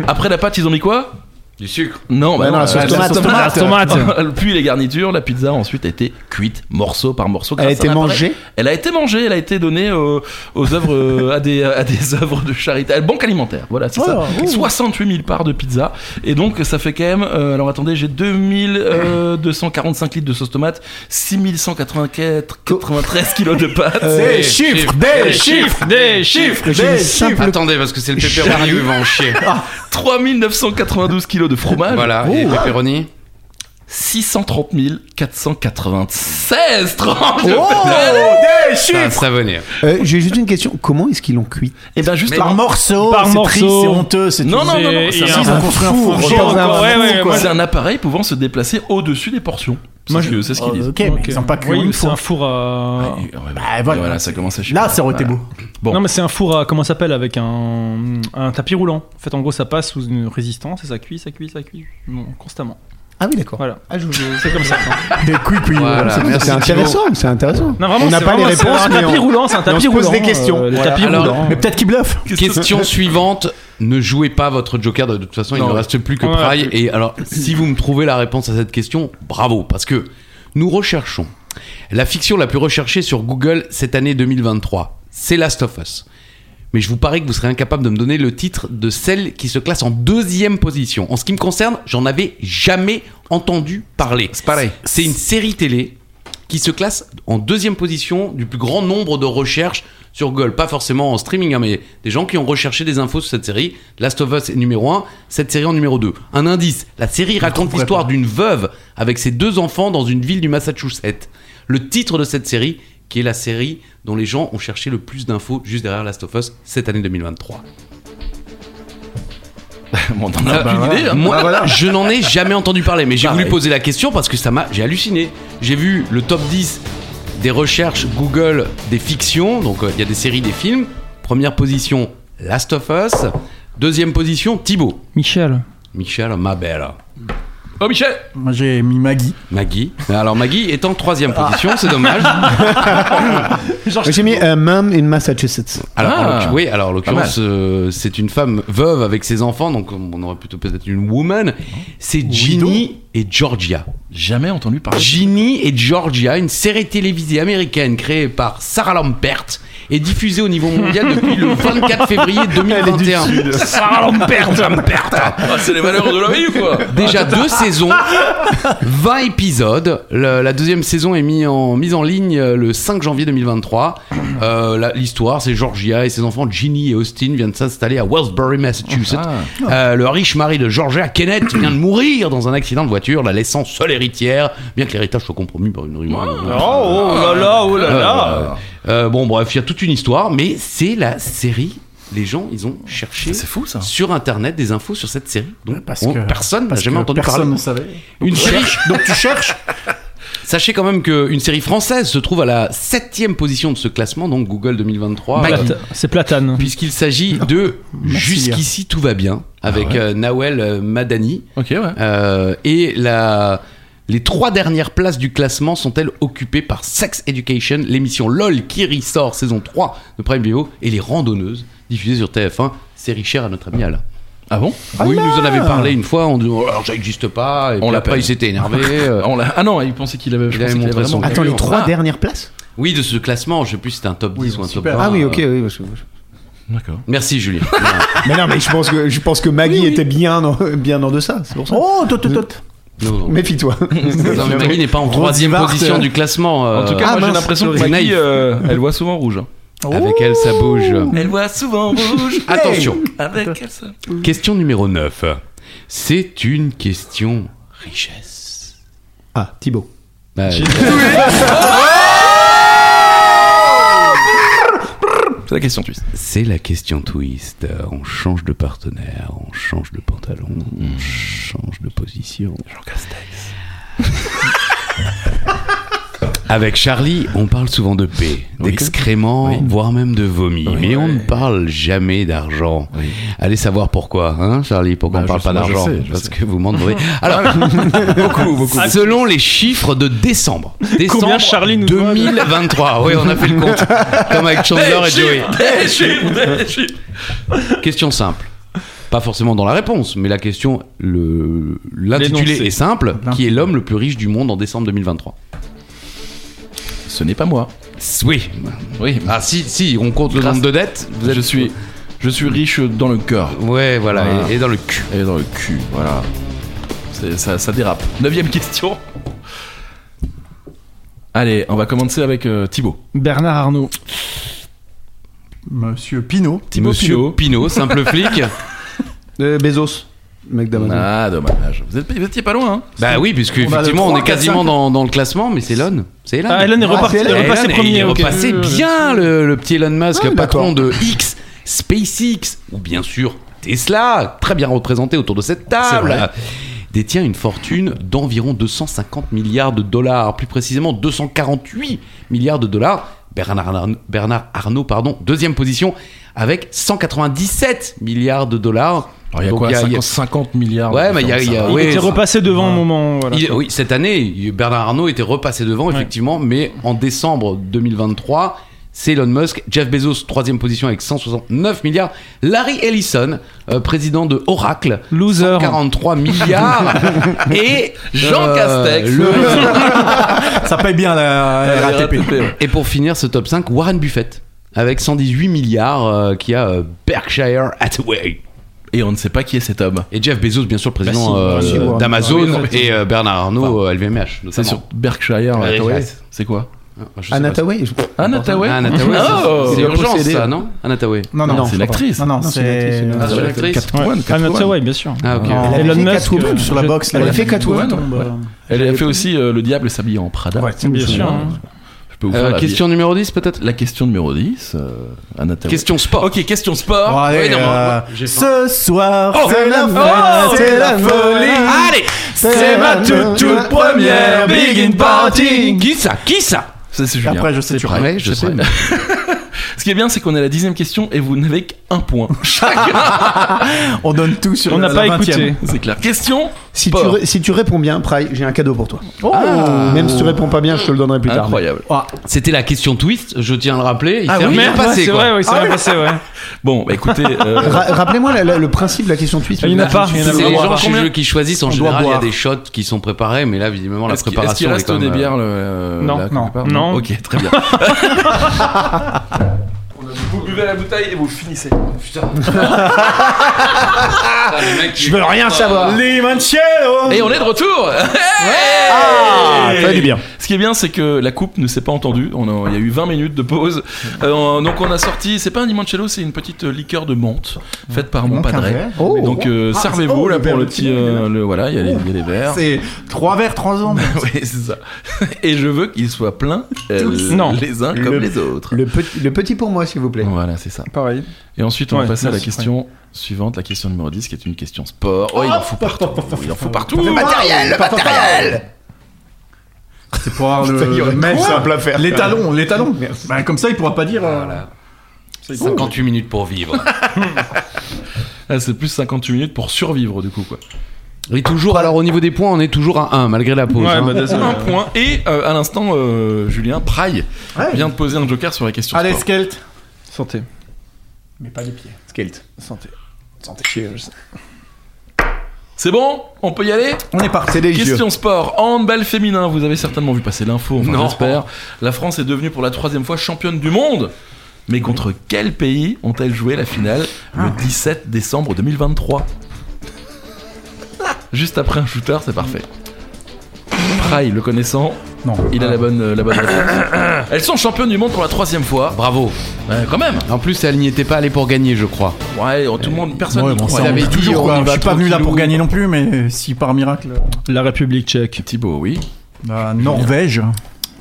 après la pâte, ils ont mis quoi
Du sucre.
Non, bah
Bah non, la sauce
euh,
tomate.
La tomate.
Puis les garnitures, la pizza ensuite a été cuite morceau par morceau. grâce
Elle
à
a été
un appareil.
mangée.
Elle a été mangée, elle a été donnée euh, aux œuvres, euh, à des à des œuvres de charité, à la banque alimentaire. Voilà, c'est ça. 68 000 parts de pizza, et donc ça fait quand même. euh, alors attendez, j'ai euh, 2245 litres de sauce tomate, 6184 93 kilos de pâtes.
Euh,
chiffres,
Des chiffres, des chiffres.
j'ai une simple-
Attendez, parce que c'est le pepperoni, il va en chier.
3992 kilos de fromage.
Voilà, et pepperoni
630 496 tranches de
Oh,
patates.
des
ça,
chiffres
ça va venir.
Euh, J'ai juste une question. Comment est-ce qu'ils l'ont cuit
Et ben juste
Mais
par
Par morceau,
Par
c'est
morceau.
triste, c'est honteux, c'est
Non,
tout.
non, non, non,
Et-
c'est
et
un-
Ils ont construit un four.
four,
je pense.
dans
Ouais,
un
ouais,
four,
moi,
quoi.
c'est un appareil pouvant se déplacer au-dessus des portions. C'est
Moi,
ce
je-
que- c'est ce qu'ils
Oh,
disent.
Ok, mais ils ont pas cuit
Oui,
une
c'est
fois.
un four à.
Et- ouais, ouais,
Bah,
et
voilà.
voilà, ça commence à chier.
Là, ça aurait été beau.
Bon.
Non, mais c'est un four à. Comment ça s'appelle Avec un, un tapis roulant. En fait, en gros, ça passe sous une résistance et ça cuit, ça cuit, ça cuit. Bon, constamment.
Ah oui, d'accord.
Voilà.
Ah, je- je-
C'est comme ça.
Des couilles, couilles.
Voilà.
voilà.
C'est
merci,
intéressant, c'est intéressant.
Non, vraiment,
On n'a
Eh, c'est
pas
vraiment-
les
c'est
réponses,
Un
mais
tapis
on-
roulant, c'est un
mais on
tapis
se pose
roulant.
des questions.
euh, le
Voilà.
tapis
Alors,
roulant.
Mais peut-être qu'ils bluffent.
Question suivante. Ne jouez pas votre joker, de toute façon, il
Non,
ne
ouais.
reste plus que
Ouais,
Pry. Et alors, si vous me trouvez la réponse à cette question, bravo, parce que nous recherchons la fiction la plus recherchée sur Google cette année 2023. C'est Last of Us. Mais je vous parie que vous serez incapable de me donner le titre de celle qui se classe en deuxième position. En ce qui me concerne, j'en avais jamais entendu parler. C'est pareil. C'est une série télé qui se classe en deuxième position du plus grand nombre de recherches sur Google. Pas forcément en streaming, hein, mais des gens qui ont recherché des infos sur cette série. Last of Us est numéro 1, cette série en numéro 2. Un indice, la série raconte l'histoire d'une veuve avec ses deux enfants dans une ville du Massachusetts. Le titre de cette série, qui est la série dont les gens ont cherché le plus d'infos juste derrière Last of Us cette année 2023.
Bon, on en a
Euh,
aucune idée. hein.
Moi, je n'en ai jamais entendu parler, mais j'ai
Pareil.
voulu poser la question parce que ça m'a, j'ai halluciné. J'ai vu le top 10 des recherches Google des fictions, donc euh, il y a des séries, des films. Première position, Last of Us. Deuxième position, Thibaut.
Michel.
Michel, ma belle.
Oh Michel
Moi, j'ai mis Maggie.
Maggie. Alors Maggie est en troisième position, c'est dommage.
J'ai mis euh, Mom in Massachusetts.
Alors, en
Ah.
l'occu- oui, alors en
mal.
l'occurrence, euh, c'est une femme veuve avec ses enfants, donc on aurait plutôt peut-être une woman. C'est Ginny et Georgia.
Jamais entendu parler.
Ginny et Georgia, une série télévisée américaine créée par Sarah Lampert et diffusée au niveau mondial depuis le 24 février 2021.
Sarah Lampert.
Ah, c'est les valeurs de la vie ou quoi
Déjà deux saisons, 20 épisodes. Le- la deuxième saison est mise en, mise en ligne euh, le 5 janvier 2023. Euh, la- L'histoire, c'est Georgia et ses enfants Ginny et Austin viennent de s'installer à Wellsbury, Massachusetts. Euh, le riche mari de Georgia, Kenneth, vient de mourir dans un accident de voiture, la laissant seule héritière, bien que l'héritage soit compromis par une rumeur.
Ah.
Oh, oh là là, oh là là.
Euh, bon, bref, il y a toute une histoire, mais c'est la série. Les gens, ils ont cherché
Ah,
C'est fou ça.
sur internet des infos sur cette série. Donc,
hein. Parce
on-
que-
personne n'a
parce
jamais
que
entendu
personne
parler.
ne savait.
Une série,
Donc tu cherches
sachez quand même qu'une série française se trouve à la septième position de ce classement, donc Google 2023.
Plate-
Maggie.
C'est platane.
Puisqu'il s'agit de Jusqu'ici tout va bien avec euh, Nawel euh, Madani.
Ok, ouais.
Euh, et la- les trois dernières places du classement sont-elles occupées par Sex Education, l'émission LOL qui ressort saison 3 de Prime Video et Les Randonneuses diffusées sur TF1, série chère à notre ami Alain.
Ah bon
oui, il nous en avait parlé une fois, on dit oh, alors ça n'existe pas, et
On
on
l'a
l'a pas,
pas.
il s'était énervé. euh.
Ah, on l'a- Ah non, il pensait qu'il avait. je
Il avait
pensais qu'il
montré son-
vraiment-
Attends, les
Ah.
trois dernières places
oui, de ce classement, je sais plus si c'était un top 10 ou un top 20.
Ah oui, ok,
euh.
oui. parce que-
D'accord.
Merci Julien.
Mais non, mais je pense que, je pense que Maggie était bien en, bien en deçà, c'est pour ça.
Oh, tot, tot, tot.
Non, non.
Méfie-toi.
Non, mais Maggie n'est pas en troisième
Bart,
position
euh,
du classement.
En
euh,
tout cas,
Ah,
moi j'ai
mince,
l'impression que
sorry.
Maggie,
Naïf.
euh, elle voit souvent rouge. hein.
avec elle,
oh
ça bouge.
Elle voit souvent rouge.
Attention.
Avec elle, ça.
Question numéro 9. C'est une question richesse.
Ah, Thibaut.
Bah,
C'est la question twist.
c'est la question twist. Euh, On change de partenaire, on change de pantalon,
Hmm.
on change de position. Jean Castex. Avec Charlie, on parle souvent de paix, d'excréments, voire même de vomi. mais on ne parle jamais d'argent. Allez savoir pourquoi, hein, Charlie, pourquoi on
Bah,
parle
je sais,
pas
moi, je
d'argent
sais, je
Parce
sais.
que vous m'en demandez. Alors, beaucoup, beaucoup. Selon les chiffres de décembre, décembre
Combien Charlie nous doit de-
2023. Oui, on a fait le compte, comme avec Chandler et Joey.
Des chiffres, des chiffres.
Question simple. Pas forcément dans la réponse, mais la question, le- l'intitulé
L'énoncé.
est simple.
Non.
Qui est l'homme le plus riche du monde en décembre 2023
Ce n'est pas moi.
Oui.
Oui,
Ah si, si, on compte le
Grâce-
nombre de dettes. Vous êtes...
je suis, Ah. je suis riche dans le cœur
Ouais, voilà,
Voilà.
Et, et dans le cul.
et dans le cul. Voilà, C'est- ça, ça dérape. Neuvième question. Allez, on va commencer avec euh, Thibaut.
Bernard Arnault. Monsieur Pinault.
Thibaut
Monsieur Pinot, simple flic.
Euh, Bezos, le mec d'Amazon.
Ah, dommage. Vous, êtes, vous étiez pas loin. Hein
bah oui, puisque
On va de
effectivement, on
trois,
est
quatre,
quasiment
cinq.
dans, dans le classement, mais c'est Elon. C'est Elon.
Ah, Elon est reparti,
c'est Elon.
est repassé
Elon, il
premier.
est
ok. Euh,
repassé bien le, le petit Elon Musk,
Ah,
patron
d'accord.
de X, SpaceX, ou bien sûr Tesla, très bien représenté autour de cette
C'est
table, détient une fortune d'environ 250 milliards de dollars, plus précisément 248 milliards de dollars. Bernard Arnault, Bernard Arnault, pardon, deuxième position avec 197 milliards de dollars.
Alors, il y a
Donc,
quoi
il y a- il y a-
50, 50 milliards. de
Ouais, mais il y a-
différence,
il y a-
ça va.
Il
ouais,
était
Ah ça-
repassé devant un moment. voilà.
Il- oui, cette année, il- Bernard Arnault était repassé devant, effectivement, mais en décembre 2023, c'est Elon Musk, Jeff Bezos, troisième position avec 169 milliards, Larry Ellison, euh, président de Oracle,
Loser.
43 milliards, et
Jean Castex.
Ah.
le-
Ça paye bien la, la
Euh,
RATP.
et pour finir ce top 5, Warren Buffett, avec 118 milliards, euh, qui a euh, Berkshire Hathaway.
Et on ne sait pas qui est cet homme.
Et Jeff Bezos, bien sûr, président
Bah
euh,
si, Warren Buffett.
d'Amazon,
Oui,
et euh, Bernard Arnault, euh, LVMH.
C'est
notamment.
sur Berkshire.
Ouais,
Hathaway.
ouais.
C'est quoi
Ah, je sais pas.
Anataway je-
Anataway
Ah, Hathaway,
Oh
c'est- c'est
Il doit
urgence
posséder.
ça, non Ah, Anna Hathaway.
Non,
Non,
non,
c'est
je
une
crois pas.
actrice.
Non, non,
Non, c'est
c'est.
une actrice,
Ah, c'est une actrice
Ouais.
Catwoman,
Ah,
Catwoman.
ouais, bien sûr.
Ah, ok.
Elle
Elon
avait fait
Musk,
Catwoman
euh,
sur la
je-
boxe.
Elle
là.
a fait Catwoman.
Tombe,
ouais.
euh,
Elle a fait aussi euh, Le Diable s'habille en Prada.
Ouais, c'est
Bien
une-
sûr. hein.
Je peux vous faire
Euh,
la
question numéro 10 peut-être
La question numéro 10, euh, Anna Tawai.
Question sport.
Ok, question sport.
Bon, allez,
Ouais, non,
euh,
j'ai
ce soir,
Oh,
c'est la
oh,
fête, c'est la folie.
Allez
C'est ma toute, toute première
Big in
party.
Qui ça Qui ça
Ça, c'est Julien.
Après, je sais,
C'est
tu
prêt.
Ouais, je
C'est
sais.
prêt. Ce qui est bien, c'est qu'on est à la dixième question et vous n'avez qu'un point.
On donne tout sur
On
la
n'a pas
20e.
écouté.
c'est clair. Question
Si tu,
Sport.
ré- si tu réponds bien, Pry, j'ai un cadeau pour toi.
Oh.
Ah. Même si tu réponds pas bien, je te le donnerai plus tard.
incroyable.
C'était la question twist, je tiens à le rappeler. Il
Ah
s'est
oui,
rien
merde,
passé,
ouais, c'est
quoi. Ah
vrai, oui, c'est rien passé, ouais.
Bon, bah, écoutez, euh,
Ra- Rappelez-moi la- la- le principe de la question twist.
Il y en a pas, il y en a
C'est
On
ah,
les
doit
gens
boire.
chez
Combien
jeux qui choisissent en
doit
général, il y a
boire.
des shots qui sont préparés, mais là visiblement la
est-ce qu'il- est-ce qu'il
préparation est
reste
quand
des
même, euh,
bières le-
Non,
là, quelque
non,
part
non.
Ok, très bien. vous buvez la bouteille et vous finissez.
Ah, les mecs,
Je veux rien savoir.
Et on est de retour
Ah, ça fait du bien.
Ce qui est bien, c'est que la coupe ne s'est pas entendue. On a- il y a eu 20 minutes de pause. Euh, donc on a sorti, c'est pas un limoncello, c'est une petite euh, liqueur de menthe faite par mon
Manque un
padré.
verre.
Oh.
Donc euh,
Ah,
servez-vous
oh,
là
le
pour
verre,
le
le
petit,
petit
euh, le voilà, il y a les, il y a les verres.
C'est trois verres, trois ans.
Oui, c'est ça. Et je veux qu'ils soient pleins euh,
Tous. Non.
les uns comme
Le-
les autres.
Le petit, le petit pour moi, s'il vous plaît.
Voilà, c'est ça.
Pareil.
Et ensuite, on va
Ouais,
passer à la
merci,
question suivante, la question numéro 10, qui est une question sport. Oh, il en faut partout. Il en faut partout.
matériel, le matériel
C'est pour avoir le, le mec simple à faire. Les talons, les talons. Bah, comme ça, il pourra pas dire. euh,
Voilà. 58 euh, minutes pour vivre.
Ah, c'est plus 58 minutes pour survivre, du coup, quoi.
Et toujours, alors au niveau des points, on est toujours à 1 malgré la pause.
Ouais,
hein.
bah, désolé.
Un point. Et euh, à l'instant, euh, Julien Praille
Ouais.
vient de poser un joker sur la question
Allez,
sport.
Skelt.
Santé.
Mais pas les pieds.
Skate.
Santé.
C'est bon On peut y aller
On est parti.
C'est des yeux.
Question sport, handball féminin, vous avez certainement vu passer l'info, enfin,
Non.
j'espère. La France est devenue pour la troisième fois championne du monde. Mais contre quel pays ont-elles joué la finale le 17 décembre 2023 Juste après un shooter, c'est parfait. Praille, le connaissant,
Non.
il a la bonne, euh, la bonne réponse. Elles sont championnes du monde pour la troisième fois.
Bravo.
Ouais, quand même.
En plus, elle n'y était pas allée pour gagner, je crois.
Ouais, oh, tout le monde, personne
Ouais,
n'y
bon, ça,
croit.
on
avait
dit
dit,
toujours,
oh,
on
quoi.
y
Je
va
suis pas venu là pour
tranquillou.
gagner non plus, mais si par miracle. euh,
La République tchèque.
Thibaut, oui.
La Norvège.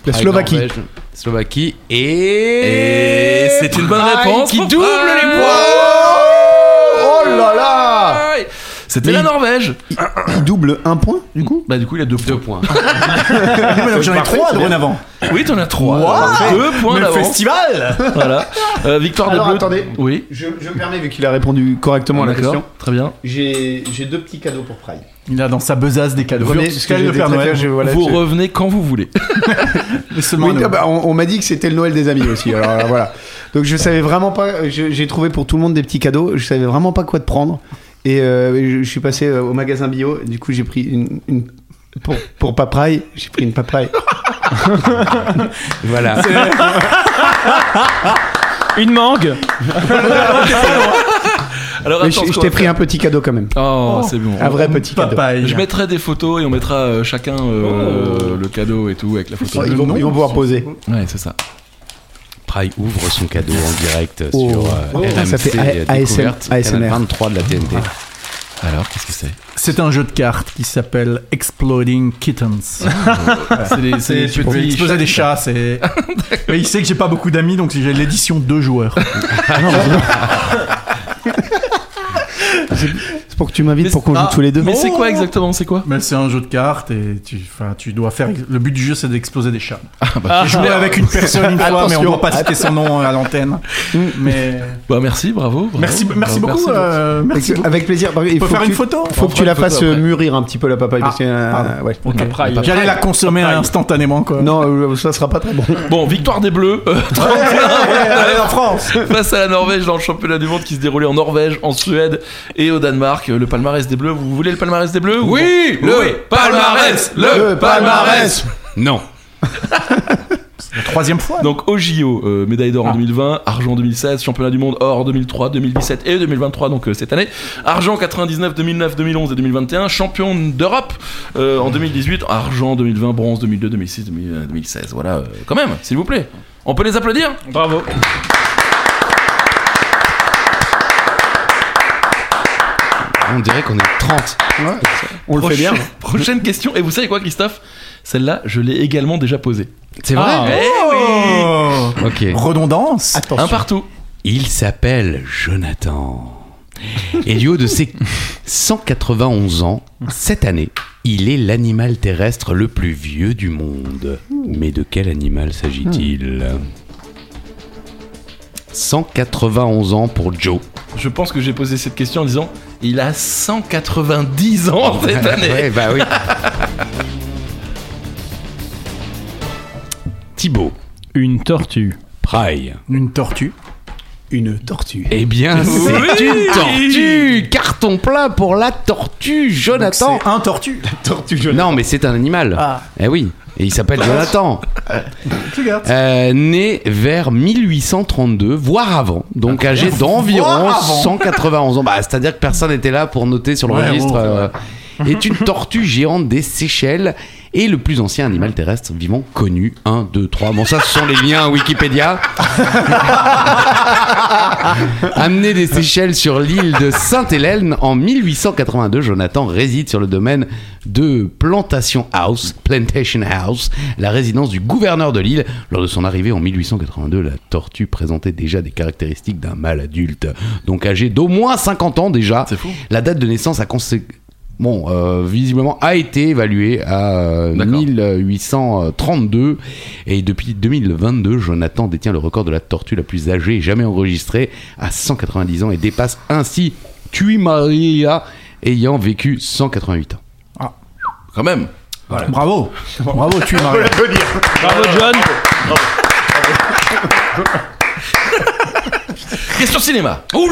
La Slovaquie.
Norvège, Slovaquie et.
Et c'est une bonne
Braille
Ah,
réponse Ah,
Qui
pour
double
Braille.
les points
Oh là là
C'était
Mais
la
il-
Norvège.
Il double un point, du coup
Bah, du coup, il a deux points.
Deux points.
Ah, mais donc, J'en ai
Parfait,
trois
c'est bien.
dorénavant.
Oui, t'en as trois. deux points
le
d'avance.
festival
Voilà. Euh, victoire
Alors,
de Bleu.
attendez.
Oui.
Je, je me permets, vu qu'il a répondu correctement à la
D'accord.
question,
Très bien.
j'ai j'ai deux petits cadeaux pour Pride.
Il a dans sa besace des cadeaux.
Premier, parce que Bah, j'ai des préférés, je- voilà,
vous
je-
revenez quand vous voulez.
Mais seulement
Oui,
à Noël.
ah bah, on, on m'a dit que c'était le Noël des amis aussi. Alors euh, voilà. Donc je savais vraiment pas. je- J'ai trouvé pour tout le monde des petits cadeaux. Je savais vraiment pas quoi te prendre. Et euh, je, je suis passé euh, au magasin bio. Du coup, j'ai pris une. une- pour, pour papaye, j'ai pris une papaye.
Voilà.
Une mangue
Alors attends,
Mais je
ce
je
qu'on
t'ai
va
pris un petit cadeau quand même.
faire- Oh, c'est bon.
Un vrai petit cadeau.
Papaye.
Je mettrai des photos et on mettra euh, chacun euh, le cadeau et tout avec la photo.
Oh, ils, vont, ils vont pouvoir poser.
Ouais, c'est ça.
Pry ouvre son cadeau en direct
Oh.
sur euh,
Oh.
RMC
Ça fait A- ASM,
Découverte, canal
ASMR.
23 de la TNT.
Alors, qu'est-ce que c'est
C'est un jeu de cartes qui s'appelle Exploding Kittens. c'est des, c'est des
peux
petits. Explosé des chats, c'est. Mais il sait que j'ai pas beaucoup d'amis, donc j'ai l'édition deux joueurs.
C'est pour que tu m'invites
Mais-
pour qu'on
ah,
joue tous les deux. Oh.
Mais c'est quoi exactement C'est quoi
Mais c'est un jeu de cartes et tu, enfin, tu dois faire. Le but du jeu, c'est d'exploser des chats.
Ah,
J'ai joué avec une personne une fois, mais on
Attention.
va pas citer son nom euh, à l'antenne. Mais
Bah merci, bravo. bravo.
merci, merci
Bah,
beaucoup. euh,
Avec,
merci beaucoup.
avec plaisir. Par contre, Il
Faut faire
que
une
tu-
photo
Faut que tu la
Faut faire une
fasses euh,
photo après. Ah,
mûrir un petit peu la papaye. parce que, euh,
pardon.
ouais.
Ok.
Après, il-
J'allais la consommer à l'instant instantanément quoi.
Non, euh, ça sera pas très bon.
Bon, victoire des Bleus euh,
allez en France.
face à la Norvège dans le championnat du monde qui se déroulait en Norvège, en Suède et au Danemark. Euh, Le palmarès des Bleus, vous voulez le palmarès des Bleus Oui, le palmarès,
Le palmarès.
Non.
Troisième fois.
Donc au JO, euh, médaille d'or en 2020, argent en 2016, championnat du monde or 2003, 2017 et 2023 donc euh, cette année, argent 99, 2009, 2011 et 2021, champion d'Europe euh, en 2018, argent 2020, bronze 2002, 2006, 2000, euh, 2016. Voilà, euh, quand même, s'il vous plaît. On peut les applaudir
Bravo.
On dirait qu'on est 30.
On le fait bien. hein.
Prochaine- Prochaine question. Et vous savez quoi, Christophe Celle-là, je l'ai également déjà posée.
C'est vrai
Oh.
Ah.
Ok.
Redondance.
Un partout.
Il s'appelle Jonathan. Et du haut de ses 191 ans, cette année, il est l'animal terrestre le plus vieux du monde. Mais de quel animal s'agit-il
Hmm.
191 ans pour Joe.
Je pense que j'ai posé cette question en disant il a 190
Oh,
ans cette année.
Ouais, bah oui. Thibaut,
Une tortue.
Pry.
Une tortue.
Une tortue.
Eh bien, c'est
Oui.
une tortue Carton plat pour la tortue, Jonathan
C'est un tortue.
Tortue
Non, mais c'est un animal.
Ah.
Eh oui. Et il s'appelle Jonathan.
Regarde.
Euh, né vers 1832, voire avant. Donc âgé d'environ
Ah, Voire avant.
191 ans. Bah, c'est-à-dire que personne n'était là pour noter sur le
Ouais,
registre.
bon,
euh, est une tortue géante des Seychelles et le plus ancien animal terrestre vivant connu. 1, 2, 3. Bon, ça, ce sont les liens à Wikipédia. Amené des Seychelles sur l'île de Sainte-Hélène en 1882, Jonathan réside sur le domaine de Plantation House, Plantation House, la résidence du gouverneur de l'île. Lors de son arrivée en 1882, la tortue présentait déjà des caractéristiques d'un mâle adulte, donc âgé d'au moins 50 ans déjà.
C'est fou.
La date de naissance a consé- Bon, euh, visiblement a été évaluée à euh,
D'accord.
1832 et depuis 2022, Jonathan détient le record de la tortue la plus âgée jamais enregistrée à 190 ans et dépasse ainsi Tui Maria ayant vécu 188 ans.
Ah.
Quand même.
Bravo. Bravo, tu es marié.
Bravo, John.
Question cinéma.
Oh,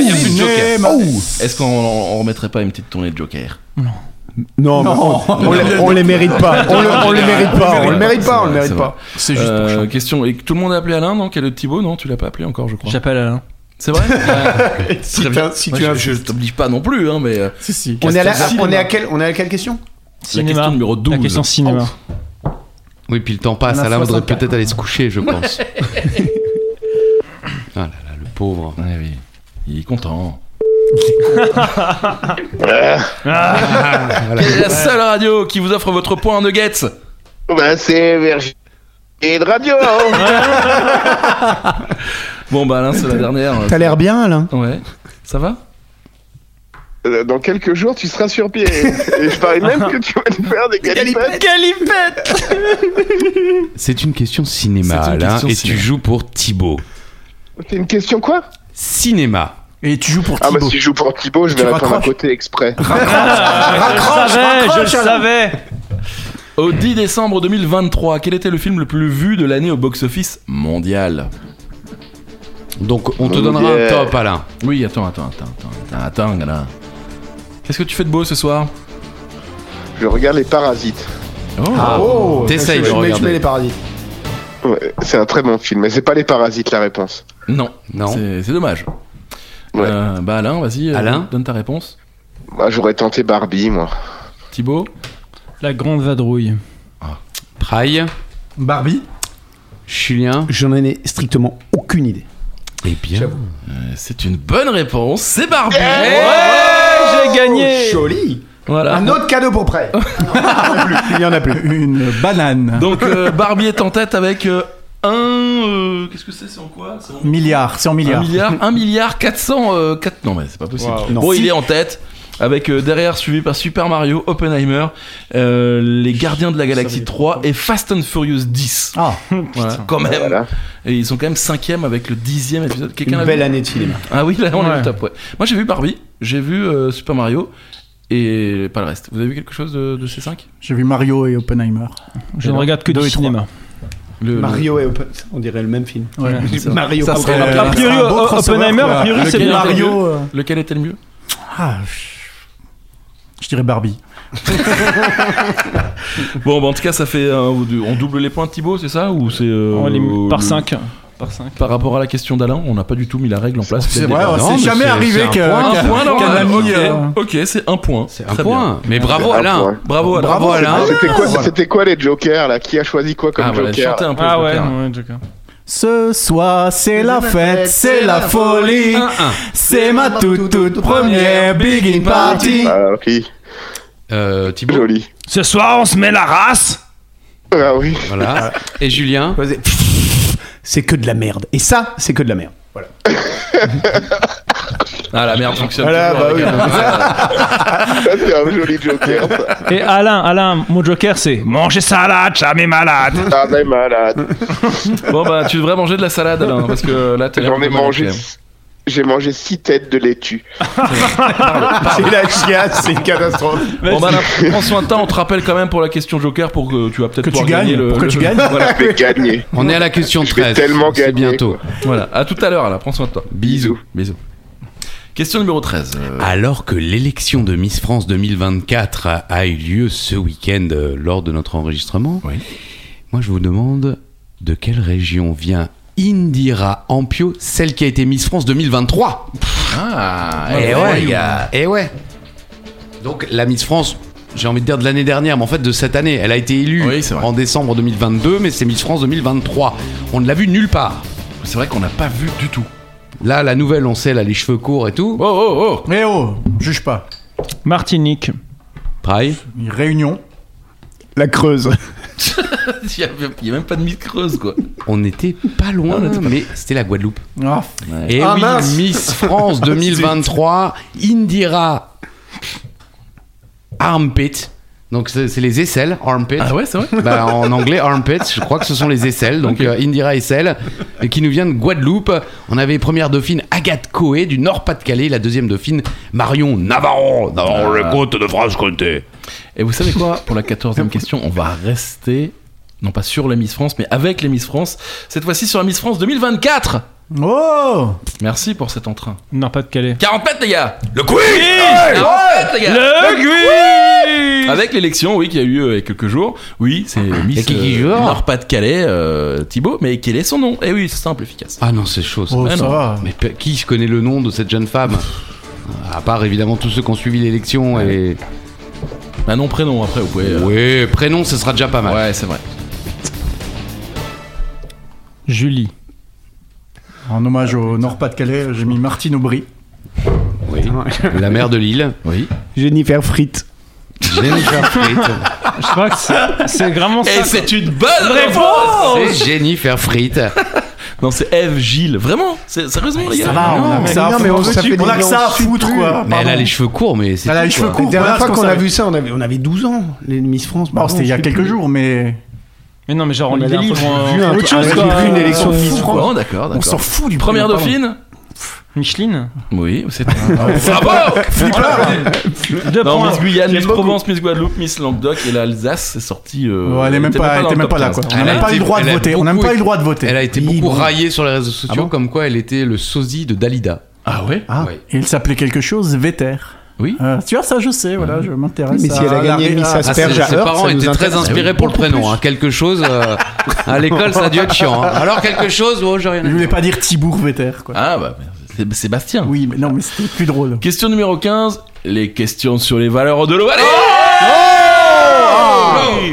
il y a plus de
cinéma.
Est-ce qu'on on remettrait pas une petite tournée de Joker
Non, mais on, on les- on les mérite pas. On, le, on les mérite pas. On le mérite pas. On le
C'est
mérite
vrai,
pas.
C'est juste
Euh,
pour ça.
question. Et tout le monde a appelé Alain, non Quel est Thibaut Non, tu l'as pas appelé encore, je crois.
J'appelle hein. Alain.
C'est vrai
Si
Très
t'as-
bien.
si
Moi,
tu as-
je, je t'oblige pas non plus, hein, mais euh,
Si, si.
On est à la-
Cinéma.
on est à quelle on est à quelle question
Cinéma.
question numéro 12.
La question cinéma.
Oh. Oui, puis le temps passe,
On a
Alain voudrait
64.
peut-être aller se coucher, je pense. ah là là, le pauvre.
Ouais, oui. Il est content.
Ah,
Ah,
Ah,
Quelle est la seule radio qui vous offre votre point en nuggets
Bah, c'est Virgin de Radio. hein.
Bon, bah Alain, c'est la dernière.
T'as l'air bien, Alain.
Ouais. Ça va
Euh, Dans quelques jours, tu seras sur pied. Et je parie même que tu vas nous faire des galipettes.
C'est une question cinéma,
C'est une
Alain,
question
et
cinéma.
tu joues pour Thibaut.
C'est une question quoi
Cinéma.
Et tu joues pour
Ah bah
Thibaut.
si je joue pour Thibaut, je vais
Tu
répondre à
raccroches.
côté exprès.
Ah,
je le savais, je le savais.
Au 10 décembre 2023, quel était le film le plus vu de l'année au box-office mondial
Donc on te
Oh
donnera
yeah.
un top, Alain.
Oui, attends, attends, attends, attends, attends, attends, là. Qu'est-ce que tu fais de beau ce soir
Je regarde les parasites.
Oh.
Oh,
T'essayes
je,
de
je mets- je
regarder.
mets les paradis.
Ouais, c'est un très bon film, mais c'est pas les parasites la réponse.
Non,
Non.
c'est c'est dommage.
Ouais.
Euh, bah Alain, vas-y, euh,
Alain
donne ta réponse.
Moi, j'aurais tenté Barbie, moi.
Thibaut
La grande vadrouille.
Praille,
bah,
Barbie
Julien.
J'en ai strictement aucune idée.
Et bien.
Euh, C'est une bonne réponse, c'est Barbie
j'ai gagné
Oh, Joli
Voilà.
Un autre cadeau pour près Il y en a plus.
Une banane.
Donc euh, Barbie est en tête avec euh, un... euh, Qu'est-ce que c'est C'est en quoi C'est en-
Milliard, c'est en
Un
milliard.
milliard, un milliard 400... euh, quatre- Non mais c'est pas possible.
Non.
Bon, il est en tête. Avec euh, derrière suivi par Super Mario, Oppenheimer, euh, Les Gardiens de la Galaxie 3 et Fast and Furious 10.
Ah,
Voilà, quand même.
Voilà.
Et ils sont quand même cinquième avec le dixième épisode. Quelqu'un
Une
l'a vu
belle année de cinéma.
Ah oui, là on est
Ouais.
au top, ouais. Moi j'ai vu Barbie, j'ai vu euh, Super Mario et pas le reste. Vous avez vu quelque chose de, de ces cinq
j'ai vu Mario et Oppenheimer.
Je ne regarde que
Deux
du
et trois.
cinéma.
Le-
Mario et Open... On dirait le même film.
Ouais.
le- ça-
Mario
ça
Pop-
serait
Euh,
marqué.
A priori,
c'est un beau
O-
crossover,
Oppenheimer,
quoi.
a priori, c'est
Lequel était
bien.
le
Mario,
mieux
euh,
Lequel était le mieux
Ah, je- je dirais Barbie.
Bon, bah, en tout cas, ça fait un ou deux. on double les points de Thibaut, c'est ça ou c'est euh,
On les- Par
le-
5. Par 5.
Par rapport à la question d'Alain, on n'a pas du tout mis la règle en place. dès le
C'est vrai,
départ.
ouais,
Non, mais
c'est jamais
c'est- c'est
arrivé
un
que-
point,
Un
qu'un
point, non,
qu'un
un-
ami,
ok,
euh,
ok, c'est un point.
C'est un
Très bien.
point. Mais bravo,
Un
Alain.
point.
Bravo Alain.
Bravo, Alain.
C'était quoi,
ah, voilà. bah,
c'était quoi les jokers là Qui a choisi quoi comme
Ah, voilà,
joker
chantez un peu.
Ah
le
ouais,
Joker.
ouais, Joker.
Ce soir, c'est la fête, c'est la folie.
1-1.
C'est ma toute toute première big in party.
Ah oui,
Euh, Thibaut.
joli.
Ce soir, on se met la race
Ah oui.
Voilà. Et Julien.
Vas-y. C'est que de la merde. Et ça, c'est que de la merde.
Ah la merde fonctionne.
Voilà,
toujours
bah
avec
oui.
Alain.
Ça, Ah, c'est un joli joker. ça.
Et Alain, Alain, mon Joker, c'est manger salade, jamais malade.
Ah ben malade.
Bon bah tu devrais manger de la salade Alain parce que là t'as l'air
J'en ai
de mal,
mangé.
quand même.
J'ai mangé six têtes de laitue.
C'est la chiasse, c'est une catastrophe.
Bon bah Alain, prends soin de toi, on te rappelle quand même pour la question Joker pour que tu vas peut-être
Que tu
pouvoir gagner
gagnes,
le.
pour que
le-
tu gagnes.
Voilà,
Je vais gagner.
On est à la question
Je vais
13.
tellement
C'est
gagner,
bientôt.
voilà. À tout à l'heure Alain, prends soin de toi.
Bisous.
Bisous. Question numéro 13. euh,
Alors que l'élection de Miss France 2024 a, a eu lieu ce week-end euh, lors de notre enregistrement,
Oui.
moi je vous demande de quelle région vient Indira Ampio, celle qui a été Miss France 2023
Ah,
Eh
eh
ouais, les gars, eh ouais. Donc la Miss France, j'ai envie de dire de l'année dernière, mais en fait de cette année. Elle a été élue
Oui, c'est vrai.
en décembre 2022, mais c'est Miss France 2023. On ne l'a vue nulle part.
C'est vrai qu'on n'a pas vu du tout.
Là, la nouvelle, on sait, elle a les cheveux courts et tout.
Oh oh oh
Eh oh, juge pas.
Martinique.
Pareil.
Une réunion.
La Creuse.
Il n'y a, il y a même pas de mythe creuse quoi.
On n'était pas loin, mais c'était la Guadeloupe.
Ah,
Et
Ah,
oui,
mince.
Miss France 2023, Indira Armpit. Donc c'est c'est les aisselles, armpit.
Ah ouais, c'est vrai
Bah, en anglais, armpit, je crois que ce sont les aisselles. Donc euh, Indira Aisselle, et qui nous vient de Guadeloupe. On avait première dauphine Agathe Coé du Nord-Pas-de-Calais, la deuxième dauphine Marion Navarro, dans
Ah.
les côtes de France-Comté.
Et vous savez quoi Pour la 14e question, on va rester. Non pas sur la Miss France, mais avec les Miss France. Cette fois-ci sur la Miss France 2024
Oh
Merci pour cet entrain.
Non, pas de Calais.
40 mètres les gars
Le quiz
40 mètres les gars
Le quiz
Avec l'élection, oui, qui a eu lieu il y a quelques jours. Oui, c'est Miss
qui- qui
euh,
jure
Nord-Pas-de-Calais, euh, Thibaut. Mais quel est son nom Eh oui, c'est simple, efficace.
Ah non, c'est chaud ça.
Oh,
Ah
ça
non,
va.
Mais pe- qui se connaît le nom de cette jeune femme À part évidemment tous ceux qui ont suivi l'élection et...
Un nom, prénom, après, vous pouvez... euh,
Oui, prénom, ce sera déjà pas mal.
Ouais, c'est vrai.
Julie.
En hommage au Nord-Pas-de-Calais, j'ai mis Martine Aubry.
Oui. La mère de Lille.
Oui.
Jennifer Frites.
Jennifer Frites.
Je crois que c'est- c'est vraiment ça.
Et
quoi.
c'est une bonne réponse
C'est Jennifer Frites.
Non, c'est Eve Gilles. Vraiment c'est- Sérieusement, les gars
va, on a que ça à
non, mais on
foutre.
s'est fait
On a
des
que ça à
glands, on
foutre,
suit
quoi.
plus.
Pardon.
Mais elle a les cheveux courts, mais c'est.
Elle a les
tout,
cheveux
quoi.
La
courts.
dernière
voilà ce
fois qu'on a
savait.
vu ça, on avait, on avait 12 ans, les Miss France.
Bon, c'était il y a
Pardon,
quelques
je-
jours, mais
Mais non, mais genre, on
On
lit
a
des
l'info,
livres.
j'ai vu
euh,
un
Autre
truc-
chose,
j'ai
quoi.
vu une élection de
On s'en
Miss
fout.
France.
Bon, d'accord,
on s'en
d'accord.
fout du
Première
pardon.
dauphine
Micheline
Oui, c'est un.
Deux
Non,
points.
Miss Guyane,
J'aime
Miss
beaucoup.
Provence, Miss Guadeloupe, Miss Languedoc et l'Alsace, c'est sorti. euh,
Ouais, elle est même
était
pas, elle
dans
était
le
même
top
pas là,
15.
quoi. On n'a
Elle a
pas eu
été-
le droit de
elle a
voter. On n'a
beaucoup
pas
é-
eu le droit de voter.
Elle a été
Oui,
beaucoup
bon.
raillée sur les réseaux sociaux,
bon
comme quoi elle était le sosie de Dalida.
Ah ouais
Ah,
Ouais.
et il s'appelait quelque chose, Véter.
Oui.
Euh, tu vois, ça, je sais, voilà,
Mm-hmm.
je m'intéresse.
Mais si
à
elle a
la-
gagné
à-
Miss
à-
Ah,
Asperger,
ses, ses
ça
parents
nous
étaient très
intéresse.
inspirés pour le prénom. hein. Quelque chose. euh, à l'école, ça a dû être chiant. hein. Alors, quelque chose, oh, j'ai rien à
Je
dire.
voulais pas dire Tibour Véter, quoi.
Ah bah, c'est Sébastien.
Oui, mais non, mais c'était plus drôle.
Question numéro 15, les questions sur les valeurs de l'Ovalie. Oh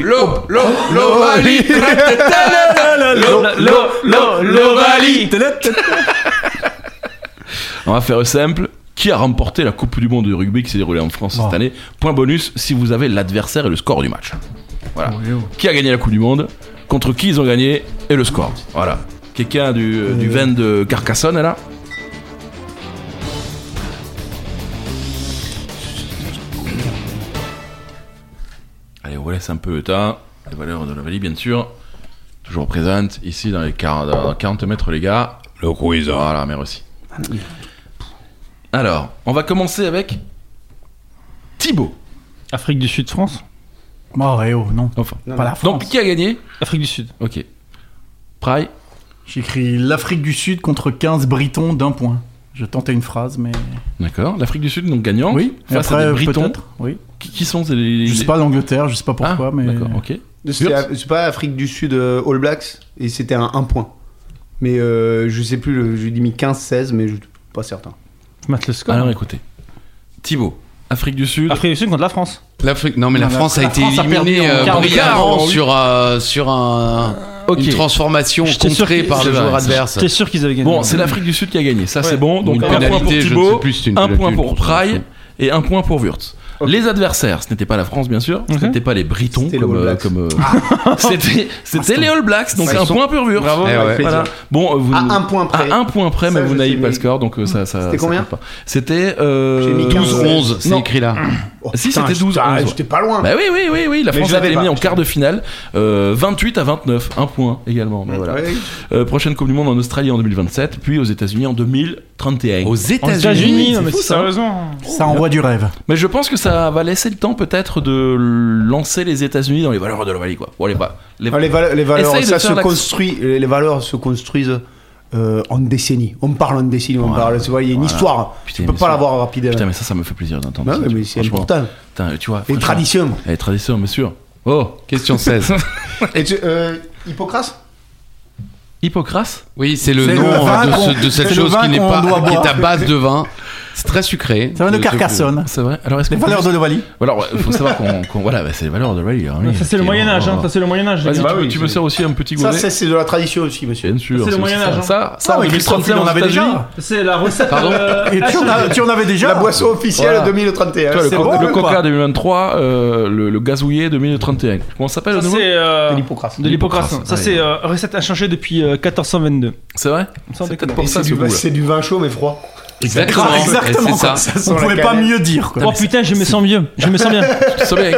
L'eau, l'eau, l'ovalie.
L'Ovalie
On va faire simple. Qui a remporté la Coupe du Monde de rugby qui s'est déroulée en France cette année Point bonus si vous avez l'adversaire et le score du match. Voilà. Qui a gagné la Coupe du Monde Contre qui ils ont gagné Et le score. Voilà. Quelqu'un du, euh, du vin de Carcassonne, là Allez, on laisse un peu le temps. Les valeurs de la Vallée, bien sûr. Toujours présente ici dans les 40, dans 40 mètres, les gars.
Le quiz. hein.
Voilà, merci. Alors, on va commencer avec Thibaut.
Afrique du Sud, France
Oh, eh oh, non.
Enfin,
pas la France.
donc qui a gagné
Afrique du Sud.
Ok. Pry,
J'écris l'Afrique du Sud contre 15 Britons d'un point. Je tentais une phrase, mais.
d'accord. L'Afrique du Sud, donc gagnant.
Et
Face
après,
à des Britons.
peut-être, Oui.
Qui, qui sont les,
Je sais pas l'Angleterre, je sais pas pourquoi,
Ah,
mais.
D'accord, ok.
C'était à- C'est pas Afrique du Sud euh, All Blacks et c'était un, un point. Mais euh, je sais plus, le- j'ai dit mis 15-16, mais je suis pas certain.
Mate le score.
Alors écoutez. Thibaut, Afrique du Sud.
Afrique du Sud contre la France.
L'Afrique. Non, mais la
Non, la-
France a
la
été
France a perdu
éliminée
en
euh,
quart de finale.
brillamment
Oui.
sur euh, sur un.
Ok.
Une transformation
J'étais sûr
contrée
que-
par le
c'est
joueur
vrai,
adverse.
T'es sûr qu'ils avaient gagné
Bon, c'est l'Afrique du Sud qui a gagné. Ça, c'est
Ouais.
bon. Donc,
Une
un point pour
pénalité, je ne sais
Thibaut,
plus si c'est une
un point
pénalité ou
pour
une transformation.
Pry et un point pour Wurtz. Les adversaires, ce n'était pas la France bien sûr, ce
Mhm.
n'était pas les Britons
C'était les
comme,
All
euh,
Blacks. Ah.
comme, euh, c'était c'était les All Blacks donc
Ouais,
un
ils sont-
point pour Wurtz.
Bravo,
Eh
avec
ouais.
plaisir.
Voilà. Bon, euh, vous
À Ah, un point près.
à un point près,
Ça,
mais vous
je
n'avez
sais,
pas
mais-
le score, donc euh, ça, ça.
C'était
ça
combien
compte pas. C'était euh,
J'ai mis
12 11 c'est
Non.
écrit là.
Oh,
Si,
putain,
c'était 12,
j'étais-
11, ouais.
J'étais pas loin.
Bah oui, oui, oui, oui. La
Mais
France
je
a
l'avais
été
pas,
mis en
putain.
quart de finale, euh, 28 à 29, un point également. Mais voilà.
Ouais.
Euh, prochaine Coupe du Monde en Australie en 2027, puis aux États-Unis en 2031.
Aux
Aux
États-Unis.
États-Unis, non
c'est
mais
fou, ça.
sérieusement.
Ça envoie du rêve.
Mais je pense que ça va laisser le temps peut-être de lancer les États-Unis dans les valeurs de l'Ovalie, quoi. Bon, les, va- les-
Non, Ah, les, vale- les valeurs,
Essaye de
ça
faire
se
l'accent.
construit. Les les valeurs se construisent euh, en décennies. On parle en décennies. On
Voilà.
parle. Tu vois, il y a une
Voilà.
histoire.
Putain,
tu peux
mais
pas
ça-
l'avoir rapide.
Putain, mais ça, ça me fait plaisir d'entendre.
Non,
ça,
mais c'est
franchement.
important.
Putain, tu vois.
Les
franchement.
traditions.
Les traditions, bien sûr. Oh,
Question 16.
Et tu, euh, Hippocrate
Hippocrate
Oui, c'est le
C'est
nom
le
euh,
vin
de,
qu'on-
ce- de cette
c'est le
chose
vin
qui n'est
qu'on
pas
doit
qui
boire.
est à base de vin. C'est très sucré. Euh,
Ça vient de
Ce- ce-
Carcassonne.
C'est vrai. Alors, est-ce
Les
qu'on
valeurs de l'Ovalie.
Alors, il faut savoir qu'on. qu'on- voilà, bah, c'est les valeurs de l'Ovalie. hein, oui,
Ça c'est le
effectivement.
Moyen Âge, hein. Ça c'est le Moyen Âge.
Vas-y,
les
tu,
gars.
me- tu me sers aussi un petit
Ça,
goûter.
c'est c'est de la tradition aussi, monsieur.
Bien sûr.
Ça, c'est le Moyen Âge, hein.
Ça, ça, en
mais Christophe, il
2031
en
aux
avait
États-Unis.
déjà.
C'est la recette.
Pardon
euh,
Et tu en, as- tu en avais déjà
La boisson officielle
Voilà.
2031.
Tu vois, le,
C'est
co-
bon,
le
hein
ou pas
coca 2023, euh, le, le gazouillet 2031. Comment ça s'appelle
Ça,
au nouveau
c'est euh,
De l'Hippocrate.
de l'Hippocrate. Ça
Ouais.
c'est euh, recette inchangée depuis euh, 1422.
C'est vrai
Sans
C'est peut-être
déconner.
pour
Et
ça
c'est
ce
du,
goût.
vin- c'est du vin chaud mais froid.
Exactement.
Exactement.
Et C'est ça.
quoi.
sent
On
la
pouvait pas
cannelle.
mieux dire. Quoi.
Oh putain, je me sens mieux. Je me sens bien.
Eh,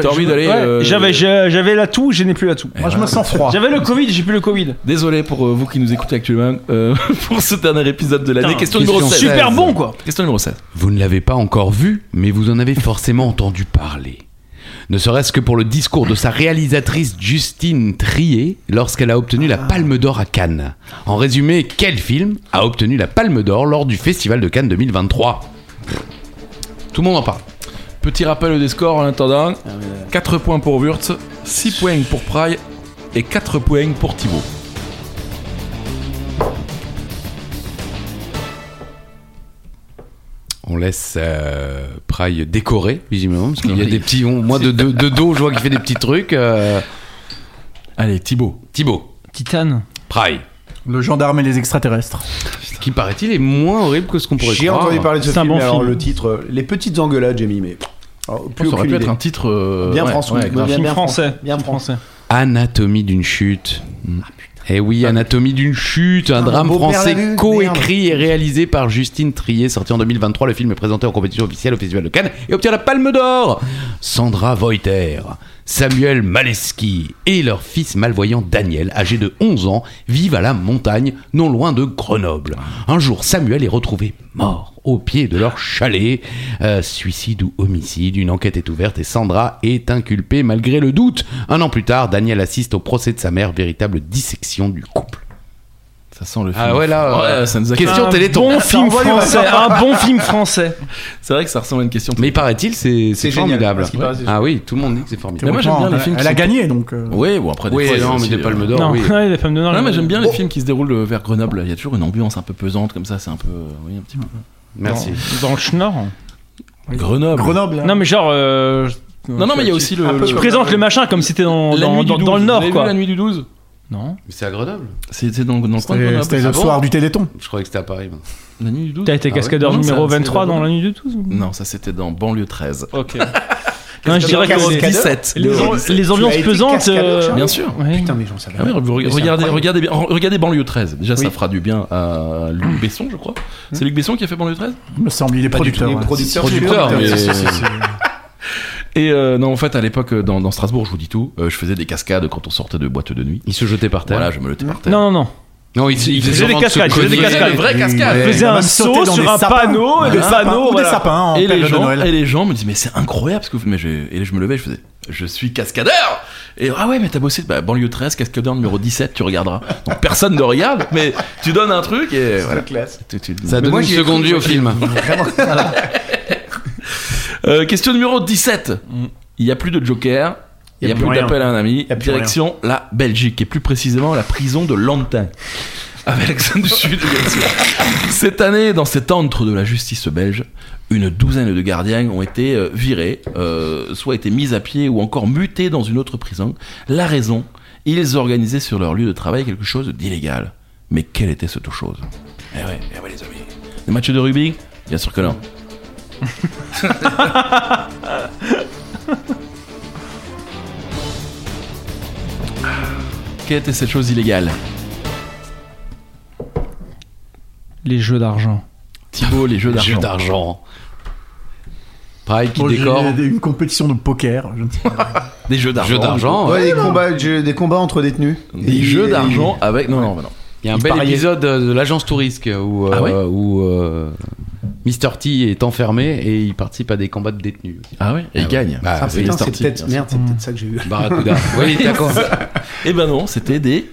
T'as envie d'aller.
Ouais,
euh,
J'avais j'ai- j'avais la toux, je n'ai plus la toux.
Moi, je me sens froid.
J'avais le Covid, j'ai plus le Covid.
Désolé pour euh, vous qui nous écoutez actuellement euh, pour ce dernier épisode de l'année.
Putain,
Question numéro
question
16.
Super bon quoi.
Question numéro 16.
Vous ne l'avez pas encore vu, mais vous en avez forcément entendu parler. Ne serait-ce que pour le discours de sa réalisatrice Justine Trier lorsqu'elle a obtenu
Ah.
la Palme d'Or à Cannes. En résumé, quel film a obtenu la Palme d'Or lors du Festival de Cannes 2023 Tout le monde en parle.
Petit rappel des scores en attendant
Ah, euh,
4 points pour Wurtz, 6 points pour Pry et 4 points pour Thibaut.
On laisse euh, Pry décorer, visiblement, parce qu'il y a
Oui.
des petits... on- Moi, de, de- de dos, je vois qu'il fait des petits trucs. euh,
Allez, Thibaut.
Thibaut,
Titane.
Pry,
Le gendarme et les extraterrestres.
qui paraît-il est moins horrible que ce qu'on pourrait
J'ai
croire.
entendu parler de ce
C'est un
film,
bon
mais alors
film.
le titre, euh, les petites engueulades, j'ai mis, mais alors, plus
Ça aurait
aucune
pu
idée.
être un titre. euh,
Bien
ouais,
français,
ouais, grave.
bien,
Film
bien
français.
français, bien
Film français.
Anatomie d'une chute. Eh oui, Anatomie d'une chute, un
mon
drame
beau-père
français
l'a vu,
coécrit et réalisé par Justine Trier, sorti en 2023. Le film est présenté en compétition officielle au Festival de Cannes et obtient la Palme d'Or. Sandra Voiter. Samuel Maleski et leur fils malvoyant Daniel, âgé de 11 ans, vivent à la montagne, non loin de Grenoble. Un jour, Samuel est retrouvé mort au pied de leur chalet. Euh, suicide ou homicide, une enquête est ouverte et Sandra est inculpée malgré le doute. Un an plus tard, Daniel assiste au procès de sa mère, véritable dissection du couple.
Ça sent le film.
Ah ouais, là, euh,
ça nous a
qu'est-ce- Question
un
Téléthon.
Bon
Ça
film
envoie du
français,
rêve.
un bon film français.
C'est vrai que ça ressemble à une question.
Mais paraît-il, c'est c'est
C'est génial,
formidable.
parce qu'il paraît-
Ah oui, tout le monde dit que c'est formidable.
Mais
Ah
moi, j'aime bien les
elle-
films qui
Elle a
sont-
gagné donc. euh,
Oui, bon après des
Oui,
fois,
non,
c'est
mais
aussi,
des palmes
euh,
d'or,
non,
oui.
ouais, les femmes de euh, Nord.
Non, mais
j'ai-
j'aime bien les films qui se déroulent euh, vers Grenoble. Il y a toujours une ambiance un peu pesante comme ça. C'est un peu, euh, oui, un petit peu.
Merci.
Dans le schnorr.
Grenoble.
Grenoble. hein.
Non, mais genre. euh,
Non, non, mais il y a aussi le.
Un peu
le-
Tu présentes le machin comme si t'étais dans,
La
dans,
nuit
dans,
du
dans le
12. Vous
Nord,
avez vu
quoi.
La nuit du 12.
Non.
Mais c'est à Grenoble
C'était dans, dans le coin de
C'était
Grenoble.
c'était le
Ah bon
soir du Téléthon.
Je croyais que c'était à Paris. moi.
La nuit du 12.
T'as été
Ah ouais
cascadeur
Non,
numéro
ça- c'est
23 dans la nuit du 12
Non, ça c'était dans banlieue 13.
Ok. Non, je dirais que
Cascadeur.
les-
17.
Oh, les,
Cascadeur.
les, les
Tu
ambiances
as été
pesantes.
cascadeur,
euh,
Charles
Bien sûr.
ouais.
Putain, mais j'en savais
Ah oui,
rien.
vous
Mais c'est
regardez,
incroyable.
regardez, bien- regardez Banlieue 13. Déjà, ça
Oui.
fera du bien à Luc Besson, je crois.
Hmm.
C'est Luc Besson qui a fait Banlieue 13
Il me semble, il est producteur.
Les
ouais.
producteurs,
Producteur,
sûr.
mais-
Si, si, si, si.
Et euh, non, en fait, à l'époque, euh, dans, dans Strasbourg, je vous dis tout, euh, je faisais des cascades quand on sortait de boîte de nuit.
Il se jetait par terre.
Voilà, je me le
Hmm.
par terre.
Non, non, non.
Non, il, il
faisait
faisait
des
vraiment
cascades,
ce
il faisait des
côté-
cascades.
Des vraies
Ouais.
faisait
Il a
un
même sauté
saut
dans
sur
des
un
sapins.
panneau,
Ouais,
et le
des sapins,
panneau,
ou
voilà.
des sapins hein, en
et
période
les,
de
gens,
Noël.
et les gens me disaient, mais c'est incroyable ce que vous faites. Mais je, et là, je me levais, je faisais, je suis cascadeur Et ah ouais, mais t'as bossé, bah, banlieue 13, cascadeur numéro 17, tu regarderas. Donc personne ne regarde, mais tu donnes un truc et voilà.
classe.
Tu- tu-
Ça donne
moi,
une
j'y ai
seconde
cru,
vie au film.
Euh, question numéro 17. Il n'y a plus de Joker. Il n'y a,
plus
plus
rien.
d'appel à un ami.
y a plus
Direction la Belgique, et plus précisément la prison de Lantin. Avec l'accent du sud, bien sûr. Cette année, dans cet antre de la justice belge, une douzaine de gardiens ont été euh, virés, euh, soit été mis à pied ou encore mutés dans une autre prison. La raison, ils organisaient sur leur lieu de travail quelque chose d'illégal. Mais quelle était cette chose Eh ouais, eh ouais, les amis. Des matchs de rugby Bien sûr que non. Quelle était cette chose illégale
Les jeux d'argent.
Thibaut, les jeux d'argent.
Jeu d'argent. Pareil, qui
Bon, j'ai-
décore.
Une compétition de poker. je ne sais pas.
Des jeux d'argent.
Jeu d'argent. ouais.
Ouais, des combats, de jeux- des combats entre détenus.
Des
Et-
jeux
et-
d'argent avec. Non, non, non.
Il y a un
Il
bel
pariait.
épisode euh, de l'agence Tourisque où, euh,
Ah ouais
où euh, Mr. T est enfermé et il participe à des combats de détenus.
Ah ouais Et
Ah
il
ouais.
gagne.
Bah,
Ah
c'est
putain,
Mr.
c'est
T,
peut-être
bien
merde, c'est peut-être ça que j'ai eu.
Barracuda. oui, d'accord.
Eh ben non, c'était des.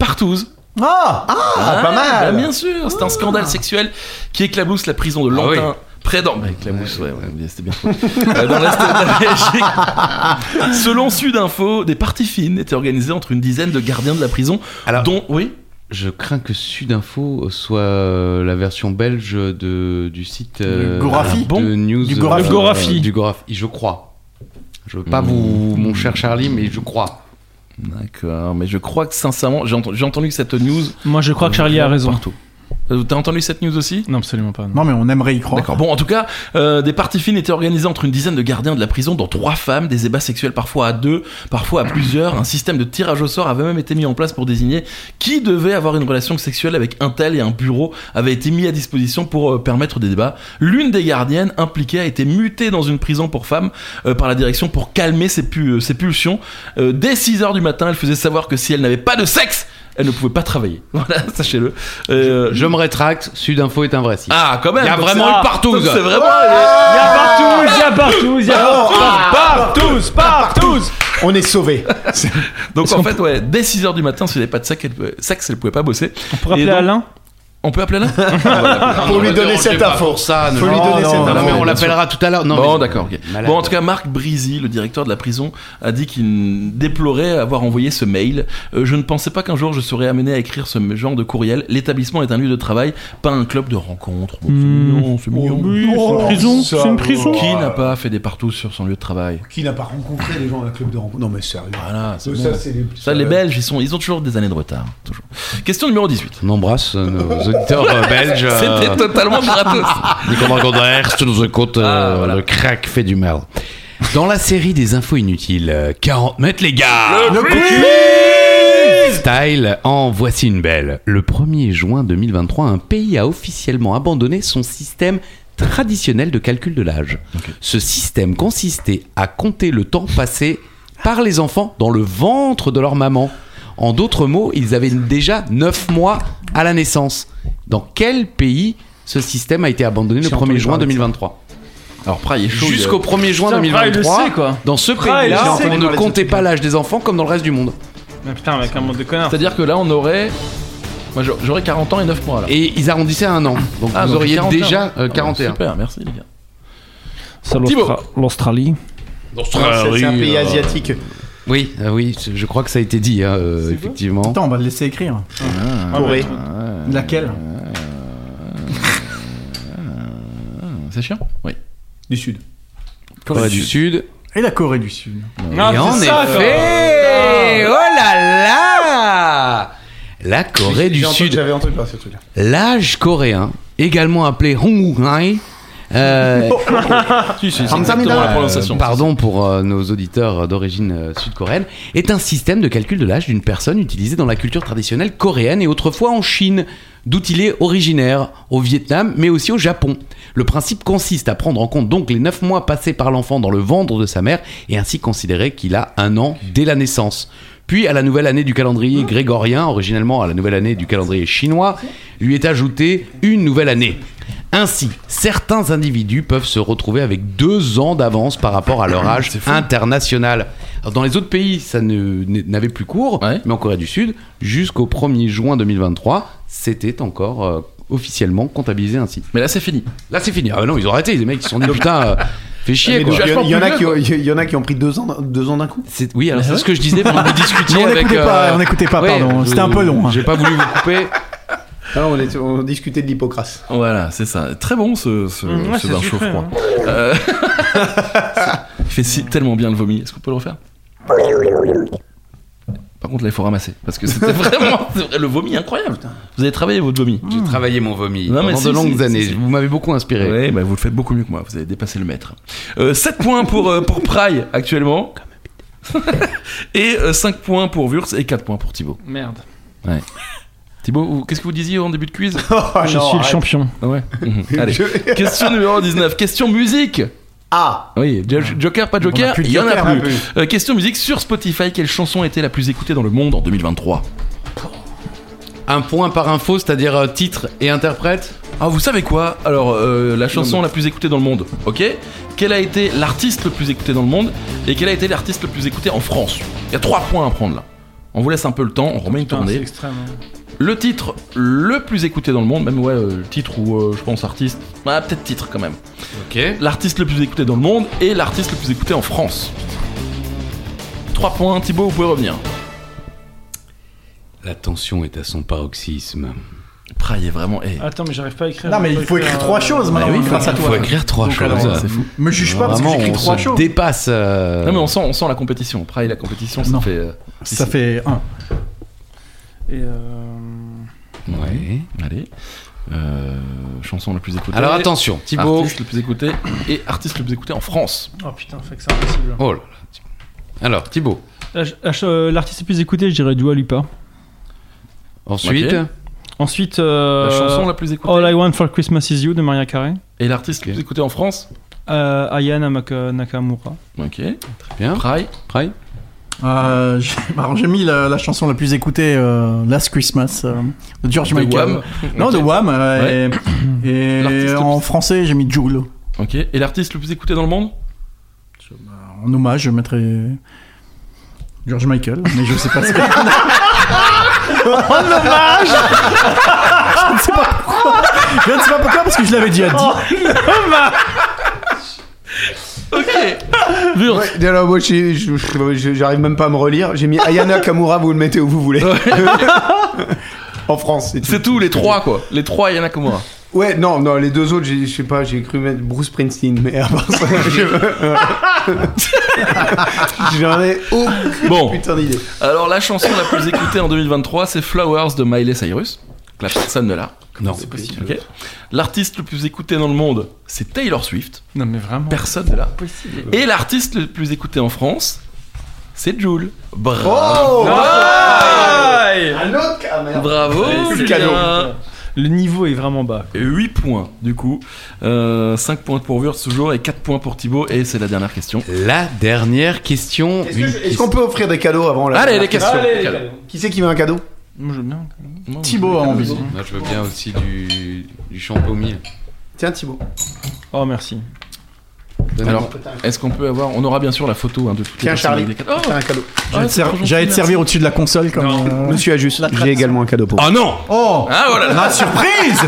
Partouzes.
Ah, pas
bah,
mal.
Bien sûr, c'est un scandale sexuel qui éclabousse la prison de
Ah
Lantin.
oui.
Près d'en. Bah, éclabousse, ouais, ouais, c'était bien. Euh, Dans l'est de la Belgique. Selon Sudinfo, des parties fines étaient organisées entre une dizaine de gardiens de la prison,
Alors-
dont. Oui
Je crains que Sudinfo soit euh, la version belge de, du site euh,
Du Gorafi
de news
Du Gorafi.
euh,
Du Gorafi.
du Gorafi, Mmh. je crois. Je veux pas vous, mon cher Charlie, mais je crois.
D'accord, mais je crois que sincèrement, j'ai ent- j'ai entendu que cette news.
Moi, je crois que Charlie a raison.
Partout. Euh, T'as entendu cette news aussi
Non, absolument pas. non.
Non, mais on aimerait y croire.
D'accord. Bon, en tout cas, euh, des parties fines étaient organisées entre une dizaine de gardiens de la prison, dont trois femmes, des ébats sexuels parfois à deux, parfois à plusieurs. Un système de tirage au sort avait même été mis en place pour désigner qui devait avoir une relation sexuelle avec un tel et un bureau avait été mis à disposition pour euh, permettre des débats. L'une des gardiennes impliquée a été mutée dans une prison pour femmes euh, par la direction pour calmer ses, pu- euh, ses pulsions. Euh, dès 6 heures du matin, elle faisait savoir que si elle n'avait pas de sexe, elle ne pouvait pas travailler. Voilà, sachez-le. Euh,
Je me rétracte, Sudinfo est un vrai site.
Ah, quand même.
Il y a
donc
vraiment
c'est-
eu partout.
donc C'est vraiment.
Il y a partout, il y a partout, il y a partout.
Partous, partous. On est sauvés.
Donc en fait, ouais, dès 6h du matin, si elle n'avait pas de sac, elle, pouvait- sexe, elle pouvait pas bosser.
On pourrait appeler
Et donc-
Alain
On peut appeler là
Pour lui donner cette info.
Pour ça, ne-
Faut lui
Non,
donner
non,
cette
non,
non,
info.
mais on l'appellera tout à l'heure. Non,
Bon,
mais-
d'accord. ok.
Malade.
Bon, en tout cas, Marc Brisy, le directeur de la prison, a dit qu'il déplorait avoir envoyé ce mail. Euh, je ne pensais pas qu'un jour je serais amené à écrire ce genre de courriel. L'établissement est un lieu de travail, pas un club de rencontre. Bon, c'est
Hmm.
mignon, c'est mignon.
c'est une prison,
ça
c'est une
va.
prison.
Qui n'a pas fait des partout sur son lieu de travail
Qui n'a pas rencontré les gens à la club de rencontre Non, mais sérieux.
Voilà, c'est
Ça,
bon.
Ah, c'est les-
Ça, les Belges, ils, sont, ils ont toujours des années de retard. Toujours. Question numéro 18.
On embrasse euh, nos auditeurs euh, belges. euh,
C'était totalement gratos.
Les commandants de Hearst nous écoutent. euh,
Ah, voilà.
Le crack fait du mal. Dans la série des infos inutiles, euh, 40 mètres les gars Le Style, en voici une belle. Le 1er juin 2023, un pays a officiellement abandonné son système traditionnelle de calcul de l'âge. Ce système consistait à compter le temps passé par les enfants dans le ventre de leur maman. En d'autres mots, ils avaient déjà 9 mois à la naissance. Dans quel pays ce système a été abandonné le
J'ai
1er
entendu
juin
parler de ça.
2023
Alors, Praille est chaud. Ah, il y a-
Jusqu'au 1er juin
Putain, Braille le
2023,
sait, quoi.
dans ce
Ah,
Braille, j'ai
pays-là, on
entendu
ne
parler de
comptait pas l'âge des enfants comme dans le reste du monde.
Mais putain, avec un monde de
Ah.
connards.
C'est-à-dire que là, on aurait. Moi, j'a- j'aurais 40 ans et 9 mois là.
Et ils arrondissaient à un an. Donc
Ah,
vous
donc
auriez
41.
déjà euh,
Ah,
41.
Super, merci les gars.
Ça,
Thibaut.
l'Australie.
Ah,
Ah,
C'est c'est un
euh.
euh,
pays asiatique.
Oui, euh, oui, je- je crois que ça a été dit, hein, euh, effectivement.
Attends, on va le laisser écrire.
Ah,
Corée.
Laquelle
Ah. C'est chiant Oui.
Du Sud.
Corée du Sud.
Et la Corée du Sud.
Non,
Et en
Ah, c'est ça,
effet, oh là là La Corée du
J'ai entendu-
Sud,
J'avais entendu parler de ce truc-là.
l'âge coréen, également appelé Hongwonghai. Euh,
Si, si, c'est
Euh,
exactement la prononciation.
Pardon pour euh, nos auditeurs d'origine euh, sud-coréenne, est un système de calcul de l'âge d'une personne utilisé dans la culture traditionnelle coréenne et autrefois en Chine, d'où il est originaire, au Vietnam, mais aussi au Japon. Le principe consiste à prendre en compte donc les 9 mois passés par l'enfant dans le ventre de sa mère et ainsi considérer qu'il a un an dès la naissance. Puis à la nouvelle année du calendrier grégorien, originellement à la nouvelle année du calendrier chinois, lui est ajoutée une nouvelle année. Ainsi, certains individus peuvent se retrouver avec deux ans d'avance par rapport à leur âge international. Alors, dans les autres pays, ça ne- n'avait plus cours,
Ouais.
mais en Corée du Sud, jusqu'au 1er juin 2023, c'était encore euh, officiellement comptabilisé ainsi.
Mais là, c'est fini.
Là, c'est fini. Ah bah non, ils ont arrêté, les mecs, ils se sont dit putain, euh, fais chier
Mais
quoi.
donc,
Je
Il y, en a
comprends
qui ont- il y en a qui ont pris deux ans, d'un- deux ans d'un coup.
C'est- Oui, alors
Mais
c'est
Ah, ouais.
ce que je disais pendant que vous discutiez
Non, on
avec. euh,
n'écoutait
euh,
pas, on n'écoutait pas,
ouais,
pardon.
je-
C'était un peu long. hein.
J'ai pas voulu vous couper.
Ah, on, est- on discutait de l'Hippocrate.
Voilà, c'est ça. Très bon ce, ce,
Mmh, ouais,
ce
c'est
bain chaud
sucré,
froid.
hein.
Euh, il fait si, tellement bien le vomi. Est-ce qu'on peut le refaire Par contre, là, il faut ramasser. Parce que c'était vraiment c'est vrai, le vomi incroyable. Vous avez travaillé votre vomi.
J'ai travaillé mon vomi
Non, mais si,
pendant de
si,
longues
si,
années.
si.
Vous m'avez beaucoup inspiré.
Ouais, bah, vous le faites beaucoup mieux que moi. Vous avez dépassé le maître. 7 points pour, euh, pour Pry actuellement. et 5 points pour Wurz et 4 points pour Thibaut.
Merde.
Thibaut, vous- qu'est-ce que vous disiez en début de quiz
je suis le champion.
Ah Ouais. Mhm. Allez.
Je-
Question numéro 19. Question musique.
Ah
Oui, jo- Joker, pas
On a
Joker,
plus de
il y en
Joker, hein.
a
on a
plus. Euh, question musique sur Spotify, quelle chanson a été la plus écoutée dans le monde en 2023
Un point par info, c'est-à-dire euh, titre et interprète
Ah, vous savez quoi Alors, euh, la chanson la plus écoutée dans le monde, ok Quel a été l'artiste le plus écouté dans le monde Et quel a été l'artiste le plus écouté en France Il y a trois points à prendre là. On vous laisse un peu le temps, on remet une
Putain, c'est
tournée.
extrême. hein.
Le titre le plus écouté dans le monde, même ouais, euh, titre ou euh, je pense artiste, ah peut-être titre quand même.
Ok.
L'artiste le plus écouté dans le monde et l'artiste le plus écouté en France. Trois points, Thibaut, vous pouvez revenir.
La tension est à son paroxysme.
Praille est vraiment. eh,
Attends, mais j'arrive pas à écrire. Euh,
Non, mais
j'arrive
il faut
pas à
écrire trois choses
Ah
Bah
maintenant.
oui,
grâce à
faut,
toi.
écrire trois
Donc,
choses.
alors, Me juge pas parce que
Vraiment,
j'écris
on
trois
se
choses.
dépasse. euh,
Non mais on sent, on sent la compétition. Praille, la compétition, ça
Non.
fait. euh,
Ça fait un.
Et euh...
Ouais.
Allez. Euh, chanson la plus écoutée.
Alors attention, Thibaut.
Artiste le plus écouté et artiste le plus écouté en France.
Oh putain, fait que c'est impossible.
Oh là là. Alors, Thibaut.
La- la- euh, L'artiste le plus écouté, je dirais Dua Lipa.
Ensuite,
Ok.
Ensuite, euh, oh,
La chanson la plus écoutée
All I Want for Christmas Is You de Maria Carey.
et l'artiste le
Ok.
plus écouté en France.
Euh, Aya Namaka- Nakamura.
Ok.
bien.
Praille.
Praille.
Euh, j'ai- alors, j'ai mis la, la chanson la plus écoutée euh, Last Christmas euh, de George
De
Michael.
Wham.
Non,
Ok.
de Wham. euh, Et,
L'artiste
et en français, j'ai mis Jules.
Ok. Et l'artiste le plus écouté dans le monde
En hommage, je mettrais George Michael, mais je sais pas ce que. en hommage Je ne sais pas pourquoi. Je ne sais pas pourquoi parce que je l'avais déjà dit.
Oh, Ok.
Ouais, alors, moi, j'ai- je- je- je- j'arrive même pas à me relire. J'ai mis Ayana Kamura, vous le mettez où vous voulez. en France, c'est tout.
C'est tout. Les trois quoi. Les trois. Il y en a comme moi.
Ouais, non, non, les deux autres, j'ai- je sais pas, j'ai cru mettre Bruce Springsteen, mais à part ça, je- j'en ai aucune
Bon.
putain d'idée.
Alors la chanson la plus écoutée en 2023, c'est Flowers de Miley Cyrus. La personne ne l'a.
Non.
Ok. L'artiste le plus écouté dans le monde, c'est Taylor Swift.
Non, mais vraiment.
Personne de là. Et l'artiste le plus écouté en France, c'est Joule. Bravo.
Oh
Bravo.
Un autre, ah, merde.
Bravo.
C'est le
Julien.
cadeau.
Le niveau est vraiment bas.
Et 8 points du coup. Euh, 5 points pour Wurtz toujours et 4 points pour Thibaut. Et c'est la dernière question.
La dernière question.
Est-ce
une
que- est-ce qu'on
question-
peut offrir des cadeaux avant la
Allez
dernière
les questions.
Qui c'est qui veut un cadeau
Moi, j'aime bien.
Thibaut
hein.
a envie.
Moi, je veux bien aussi du, du champomis.
Tiens Thibaut.
Oh, merci.
Alors, est-ce qu'on peut avoir On aura bien sûr la photo hein, de toutes les
Tiens
personnes
Charlie,
avec des cartes. Oh,
t'as un cadeau.
ah,
J'allais te
c'est trop
ser-
gentil,
J'allais te
merci.
servir au-dessus de la console comme. euh,
Monsieur Ajus, j'ai également un cadeau pour vous.
Oh non
Oh
Ah voilà.
La surprise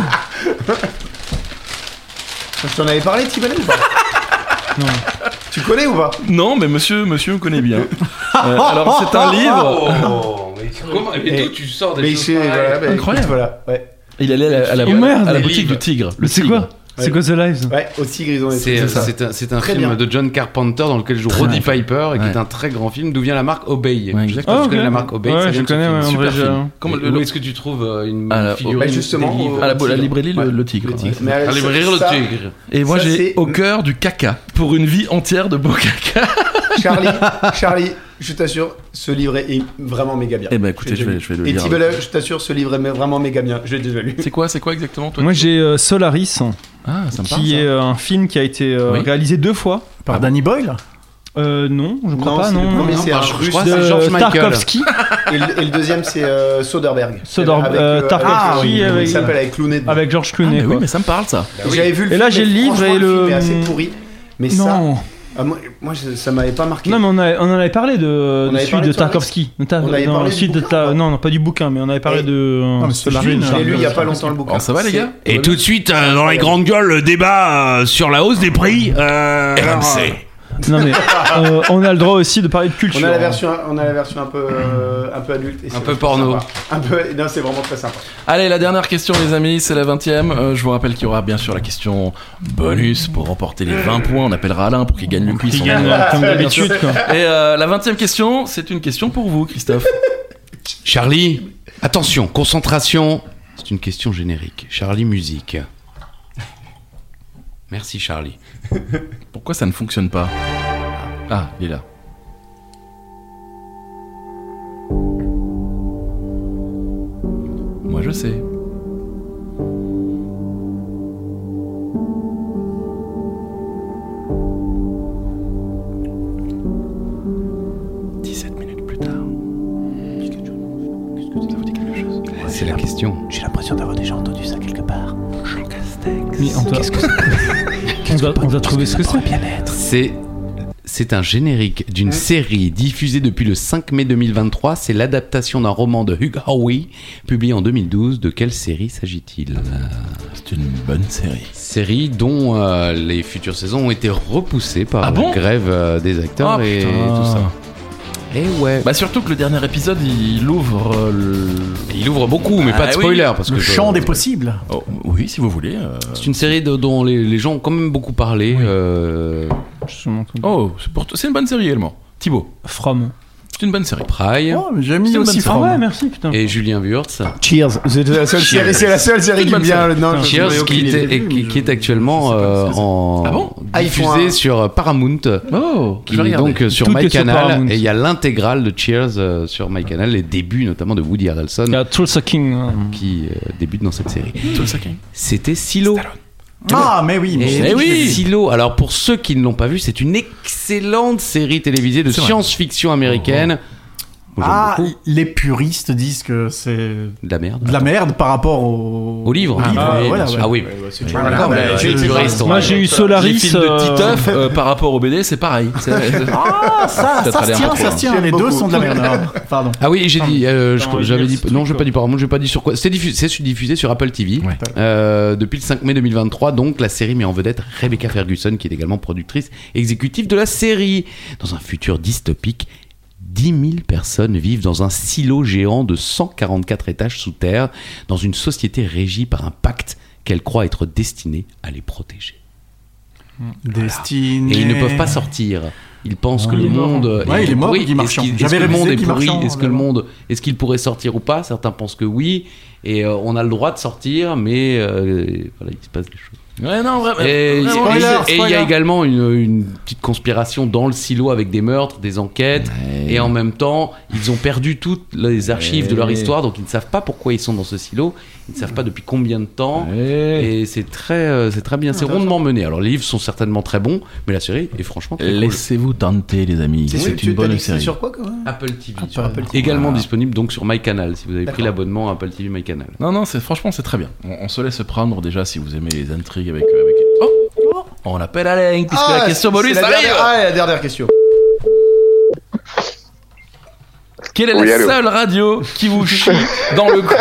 Tu en avais parlé Thibaut ou pas
Non.
Tu connais ou pas
Non, mais monsieur, monsieur me connaît bien. Euh, alors, c'est un livre.
Et d'où tu sors
Mais c'est voilà, bah,
Incroyable.
voilà. Ouais.
Il allait à la, à la-
Oh, merde.
à la
Les
boutique du tigre. Le
C'est
Tigre.
quoi C'est quoi The Lives
Ouais, au tigre ils ont les
C'est
trucs.
euh, c'est un, c'est un
Très
film
bien.
de John Carpenter dans lequel joue Roddy Piper et qui
Ouais.
est un très grand film. D'où vient la marque Obey
Ouais,
Je
exactement.
Ah, ok.
connais la marque Obey.
Ouais,
ça
je
vient de ce
connais,
film.
ouais, en vrai,
Super film.
j'ai-
Comment
Et
le-
où
le-
est-ce que tu trouves euh, une
À la-
figurine
bah,
justement,
des livres
au-
à la, à la
Tigre.
librairie, le,
Ouais.
le tigre.
Le tigre.
ouais.
Mais
À la
ça-
librairie Le
ça,
Tigre.
Et moi,
Ça,
j'ai
c'est-
au cœur du caca pour une vie entière de beau caca.
Charlie, Charlie, je t'assure, ce livre est vraiment méga bien.
Eh ben, écoutez,
J'ai
je vais-
déjà
je vais
lu.
le
Et
lire.
Thibault, je t'assure, ce livre est vraiment méga bien. Je l'ai déjà lu.
C'est quoi, c'est quoi exactement toi
Moi, j'ai euh, Solaris,
Ah, ça me parle.
qui est euh, un film qui a été euh,
Oui.
réalisé deux fois.
Par Danny Boyle
Euh, non, je crois
Non,
pas,
c'est le
non.
premier,
non.
Ah, c'est un
je
russe.
crois que
de
c'est George Michael.
Tarkovsky.
Et le, et le deuxième, c'est euh, Soderbergh.
Soderbergh,
Avec,
euh, Tarkovsky,
ah, oui,
avec- euh,
Il s'appelle avec Clooney. dedans.
avec George
Ah, mais
Clooney.
oui,
quoi.
mais ça me parle ça.
Et J'avais vu le
Et là, j'ai le livre
franchement,
et le-
film est assez pourri. Mais ça,
non,
ah, moi, moi, je- ça m'avait pas marqué.
non, mais on, a- on en avait parlé de,
On
de
avait
celui
parlé
de
de Solaris.
Tarkovsky. De Ta-
On avait
non,
parlé du
celui de
bouquin,
Ta-
ou pas
non, non, pas du bouquin, mais on avait parlé
Et-
de. euh,
mais c'est
Solaris.
June,
je l'ai lu hein, il y a pas longtemps le bouquin.
Ah,
Bon, ça va les
C'est-
gars
Et tout de suite, euh, dans les grandes gueules, le débat euh, sur la hausse des prix. Euh, RMC.
Non, mais euh, on a le droit aussi de parler de culture.
On a la version, on a la version un peu, euh, un peu adulte. et c'est
Un peu
vraiment
porno.
sympa. Un peu, non, c'est vraiment très sympa.
Allez, la dernière question, les amis, c'est la 20 e Je vous rappelle qu'il y aura bien sûr la question bonus pour remporter les 20 points. On appellera Alain pour qu'il gagne le quiz.
Qui gagne, euh, comme d'habitude, quoi.
Et euh, la 20 e question, c'est une question pour vous, Christophe.
Charlie, attention, concentration. C'est une question générique. Charlie, musique. Merci Charlie.
Pourquoi ça ne fonctionne pas Ah, il est là. Moi je sais.
C'est la question.
Mais on doit- on doit- on doit trouver ce que c'est.
C'est c'est un générique d'une série diffusée depuis le 5 mai 2023. C'est l'adaptation d'un roman de Hugh Howey, publié en 2012. De quelle série s'agit-il
C'est une bonne série.
Série dont euh, les futures saisons ont été repoussées par
Ah
la
bon
grève euh, des acteurs
Ah,
et
putain.
tout ça. Et ouais.
Bah surtout que le dernier épisode, il ouvre euh, le...
Bah, il ouvre beaucoup, mais
Ah
pas de
oui.
spoiler parce
Le
que je-
champ des possibles.
Oh, oui, si vous voulez. euh.
C'est une série de- dont les, les gens ont quand même beaucoup parlé. euh,
Oh, c'est pour t- c'est une bonne série également. Thibaut,
From.
c'est une bonne série.
Praille
Oh, mais j'ai mis
C'est une
aussi
bonne
Ah
From.
ouais, merci, putain.
et Julien Wurtz.
Cheers. C'est la seule série, c'est la seule série qui me vient. Non, je-
Cheers, qui, était- et qui- qui est actuellement euh, en
Ah bon
Ah, ils font
diffusé
un-
sur euh, Paramount,
Oh,
qui est donc euh, sur
Tout est sur Paramount.
MyCanal. Et il y a l'intégrale de Cheers euh, sur MyCanal, les débuts notamment de Woody Harrelson
Il y a Tulsa King. hein.
qui euh, débute dans cette série. C'était Silo.
Ah, mais oui, mais
Et
Eh oui
Silo, alors pour ceux qui ne l'ont pas vu, c'est une excellente série télévisée de
C'est vrai.
science-fiction américaine. Moi, j'aime
Ah,
beaucoup.
les puristes disent que c'est de
de la merde.
la merde par rapport au,
Au livre.
Ah,
Ah, oui,
voilà,
bien sûr.
ouais.
Ah oui.
Voilà,
mais
bah,
j'ai
je-
été juriste, on
Moi,
va
j'ai eu
Les
Solaris.
films de
euh,
Titeuf euh, par rapport au BD, c'est pareil. C'est-
Ah, ça,
Ça
ça,
traîne
se
un
tient,
peu
ça
trop,
se tient.
hein.
Les
J'aime
deux
beaucoup.
sont de la merde. Ah, Pardon.
Ah oui, j'ai dit, euh, je-
Attends,
j'avais
il y a
dit,
ce
non,
truc,
j'ai pas
quoi.
dit Paramount, j'ai pas dit sur quoi. C'était diffusé, c'est diffusé sur Apple TV
Ouais.
euh, depuis le 5 mai 2023. Donc la série met en vedette Rebecca Ferguson, qui est également productrice exécutive de la série. Dans un futur dystopique, 10 000 personnes vivent dans un silo géant de 144 étages sous terre, dans une société régie par un pacte qu'elle croit être destinée à les protéger.
Destiny.
Et ils ne peuvent pas sortir. Ils pensent
Ah,
que
il
le
est mort.
monde
Ouais, il est mort,
pourri.
Guy
Est-ce
Marchand.
qu'il- Est-ce
J'avais
que le
révisé
monde est
Guy
pourri
Marchand, oh
Est-ce que le
vraiment.
monde est-ce qu'il pourrait sortir ou pas Certains pensent que oui. Et euh, on a le droit de sortir, mais euh, voilà, il se passe des choses.
Ouais, non, vraiment.
Et et- et il
vraiment,
Spoiler,
y a
spoiler.
également une, une petite conspiration dans le silo avec des meurtres, des enquêtes, et en même temps, ils ont perdu toutes les archives de leur histoire, donc ils ne savent pas pourquoi ils sont dans ce silo, ils ne savent pas depuis combien de temps, et c'est très, euh, c'est très bien, c'est rondement mené. Alors les livres sont certainement très bons, mais la série est franchement très cool.
Laissez-vous tenter, les amis.
C'est
C'est
tu-
une
t'as dit
bonne
que c'est
série.
sur quoi quand même
Ah, Apple TV,
Apple-
sur-
Apple TV.
également
Voilà.
disponible donc sur MyCanal si vous avez pris
D'accord.
l'abonnement à Apple TV MyCanal.
Non, non, c'est franchement, c'est très bien. On, on se laisse prendre déjà si vous aimez les intrigues avec. euh, avec... Oh On appelle Alain, puisque la question
Ah, c'est-
bonus
c'est la
arrive
dernière- Ah, la dernière question.
Quelle est
Oui,
la
allô
seule radio qui vous chie dans le cou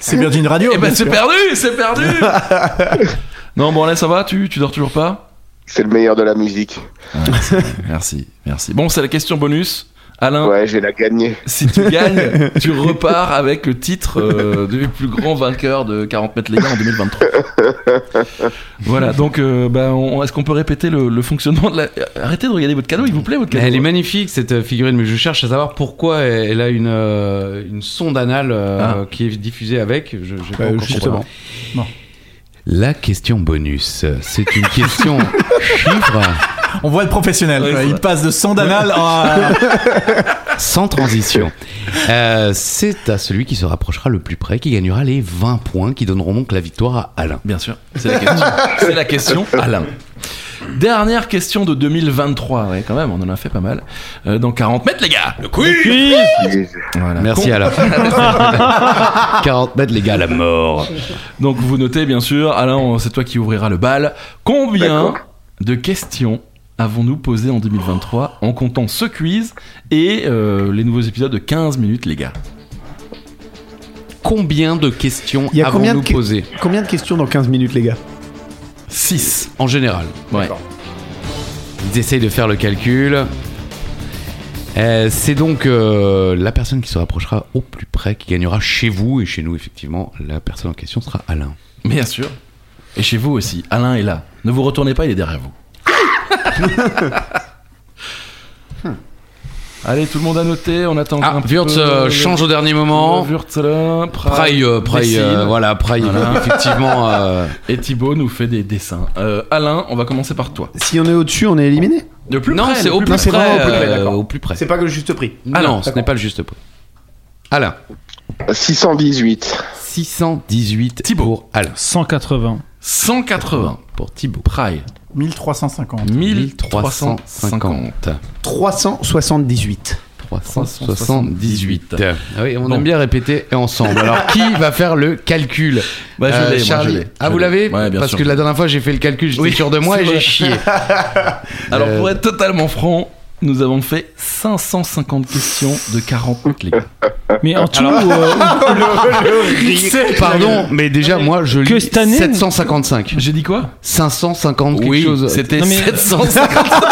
C'est bien d'une radio.
Eh ben, c'est perdu, c'est perdu Non, bon, là, ça va Tu, tu dors toujours pas
C'est le meilleur de la musique.
Merci, merci. Bon, c'est la question bonus. Alain,
Ouais, j'ai la gagnée.
si tu gagnes, tu repars avec le titre euh, du plus grand vainqueur de 40 mètres les gars en 2023. voilà, donc euh, bah, on- est-ce qu'on peut répéter le, le fonctionnement de la... Arrêtez de regarder votre cadeau, il vous plaît votre cadeau
Elle est magnifique cette euh, figurine, mais je cherche à savoir pourquoi elle elle a une, euh, une sonde anale euh, qui est diffusée avec. Je, j'ai pas
Ah. Euh,
encore
justement.
compris. La question bonus, c'est une question chiffre
On voit le professionnel.
Ouais,
quoi.
c'est
il
vrai.
passe de sonde anale à.
sans transition. Euh, c'est à celui qui se rapprochera le plus près qui gagnera les 20 points qui donneront donc la victoire à Alain.
Bien sûr, c'est la question. c'est la question, Alain. Dernière question de 2023, ouais, quand même, on en a fait pas mal. Euh, dans 40 mètres les gars Le quiz
Puis,
Voilà.
Merci Alain. 40 mètres les gars, la mort.
Donc vous notez bien sûr, Alain, on- c'est toi qui ouvrira le bal. Combien
D'accord.
de questions avons-nous posées en 2023 en comptant ce quiz et euh, les nouveaux épisodes de 15 minutes, les gars
Combien de questions
Il y a combien
avons-nous
de que-
posées
Combien de questions dans 15 minutes, les gars
6.
en général
Ouais.
Ils essayent de faire le calcul. Euh, c'est donc euh, la personne qui se rapprochera au plus près qui gagnera chez vous et chez nous effectivement la personne en question sera Alain.
Bien sûr. Et chez vous aussi, Alain est là. Ne vous retournez pas, il est derrière vous. Allez, tout le monde a noté, on attend
Ah,
un petit
Wurtz
peu.
euh, change au dernier moment.
Wurtz là, Praille,
Praille, euh, Praille, euh,
dessine.
voilà, Praille,
Voilà.
effectivement. euh,
Et Thibaut nous fait des dessins. Euh, Alain, on va commencer par toi.
Si on est au-dessus, on est éliminé
De plus
non,
près,
c'est
le
au
plus
plus
non, c'est
près.
vraiment au plus près,
euh,
d'accord.
au plus près.
C'est pas que le juste prix.
Ah non, ce
d'accord.
n'est pas le juste point. Alain,
Euh, 618.
618
Thibaut.
pour Alain.
180.
180
Pour Thibaut.
Praille.
1350.
1350.
378.
378. Ah oui, on
Bon.
aime bien répéter ensemble. Alors, qui va faire le calcul
Bah, je
Euh,
l'ai, moi,
Charlie.
je l'ai.
Ah,
Je
vous
l'ai.
l'avez
Ouais, bien
Parce
sûr.
que la dernière fois, j'ai fait le calcul, j'étais
Oui,
sûr de moi
c'est
et j'ai
vrai.
chié.
Alors,
Euh,
pour être totalement franc, nous avons fait 550 questions de 40 minutes, les gars.
Mais en tout, euh,
Pardon, mais déjà, moi, je
Que
lis
cette année,
755.
J'ai dit quoi
550 quelque chose.
c'était
Non, mais-
750.
non,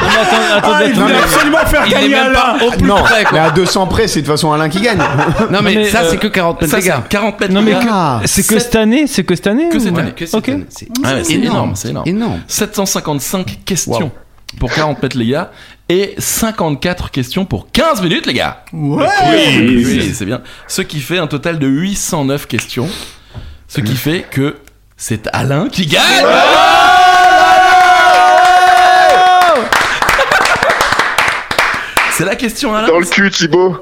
mais attendez, attendez,
il voulait
attendez.
absolument faire
Il Ah, est
gagner
même
Alain.
pas au plus
non,
près, quoi.
mais à 200 près, c'est de toute façon Alain qui gagne.
Non, mais,
Non, mais,
ça,
euh,
c'est que 40 mètres,
Ça,
les
c'est
gars.
40 mètres,
Non,
les
mais
gars.
Ah,
C'est que
Sept-
cette année C'est que cette année
Que
ou-
cette année.
Que cette
Ok.
année. C'est
Ah ouais, c'est énorme,
énorme,
c'est énorme.
énorme.
755 questions pour 40 mètres, les gars. Et 54 questions pour 15 minutes, les gars. Oui, oui, c'est bien. Ce qui fait un total de 809 questions. Ce qui fait que c'est Alain qui gagne C'est la question Alain
Dans le cul, Thibaut.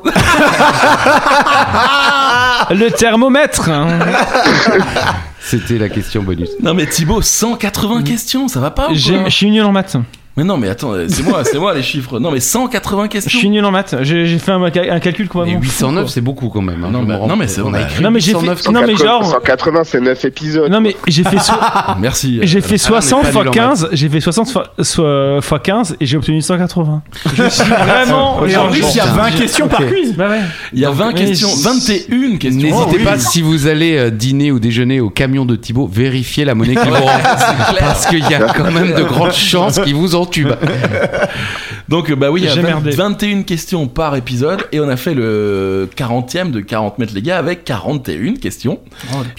Le thermomètre hein.
C'était la question bonus.
Non mais Thibaut, 180 questions, ça va pas ou
Mm. J'ai-
quoi
Je suis nul en maths.
Mais non mais attends, c'est moi, c'est moi les chiffres. Non mais 180
Je suis
questions
nul en maths. J'ai j'ai fait un, cal- un calcul
Mais
complètement. fou,
809, c'est beaucoup quand même. hein.
Non,
Je
bah,
me rends
non, mais
compte.
c'est-
On a
on a-
écrit
Non, mais j'ai fait.
809.
Non mais
180,
genre.
180, c'est 9 épisodes.
Non mais j'ai fait. so-
Merci.
J'ai fait
Alain n'est
60
pas
fois
nul en
15, j'ai fait 60 fois, soit- fois 15 et j'ai obtenu 180. Je suis vraiment.
Et en plus, il y a 20 questions par quiz.
Bah ouais.
Il y a 20
mais
questions,
je-
21 questions.
N'hésitez
Oh, oui.
pas, si vous allez euh, dîner ou déjeuner au camion de Thibaut, vérifiez la monnaie qu'il vous rend. Parce qu'il y a quand même de grandes chances qu'il vous en ton tube.
Donc, euh, bah oui, il y a
J'ai
20
merdé.
21 questions par épisode et on a fait le 40e de 40 mètres, les gars, avec 41 questions.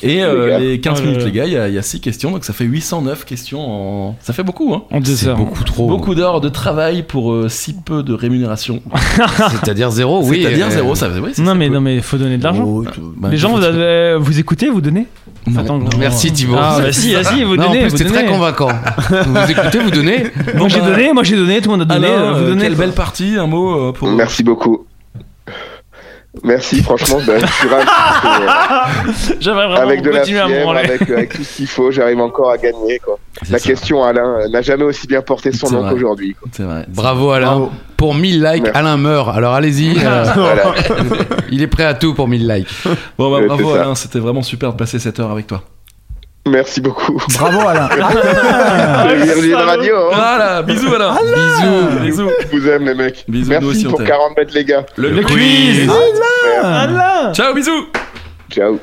et euh,
les gars.
les 15
Oh là
minutes,
là.
les gars, il y a- il y, a 6 questions, donc ça fait 809 questions en. Ça fait beaucoup, hein.
On dit ça.
Beaucoup
Oh.
trop.
Beaucoup d'heures de travail pour euh, si peu de rémunération.
C'est-à-dire
Oh
zéro, oui.
C'est-à-dire
euh,
zéro, ça veut oui, c'est-
Non
c'est
mais
peu.
non mais faut donner de l'argent.
Oh, tu- bah,
Les gens, vous,
faut-
avez- euh, vous écoutez, vous donnez
Non.
Attends, gros.
Merci Thibaut.
Ah bah si, vas-y, vous
Non, en
donnez.
plus,
vous
t'es
donnez.
très convaincant. vous écoutez, vous donnez.
Moi j'ai donné, moi j'ai donné, tout le monde a donné.
Alain,
euh, vous
euh,
donnez.
quelle belle partie, un mot euh, pour.
Merci beaucoup. Merci, franchement, bah, je suis ravi. parce que,
J'aimerais
euh, avec de
vraiment
la
continuer à me
fièvre,
branler.
avec, euh, avec tout ce qu'il faut, j'arrive encore à gagner. Quoi. La
C'est ça,
question, Alain, euh, n'a jamais aussi bien porté son
C'est
nom
vrai.
qu'aujourd'hui. quoi.
c'est vrai.
Bravo Alain. Pour 1000 likes,
Merci.
Alain meurt. Alors allez-y. euh,
Voilà.
il est prêt à tout pour 1000 likes.
Bon, bah,
Ouais,
bravo
c'est ça.
Alain, c'était vraiment super de passer cette heure avec toi.
Merci beaucoup.
Bravo Alain.
C'est Virgin
salaud.
Radio, hein.
Voilà, bisous Alain. Bisous, Ah, bisous.
Je vous aime, les mecs.
Bisous, nous aussi,
Merci
on
pour
t'aime.
40 mètres, les gars.
Le,
quiz. Ah. Alain
Ciao, bisous.
Ciao.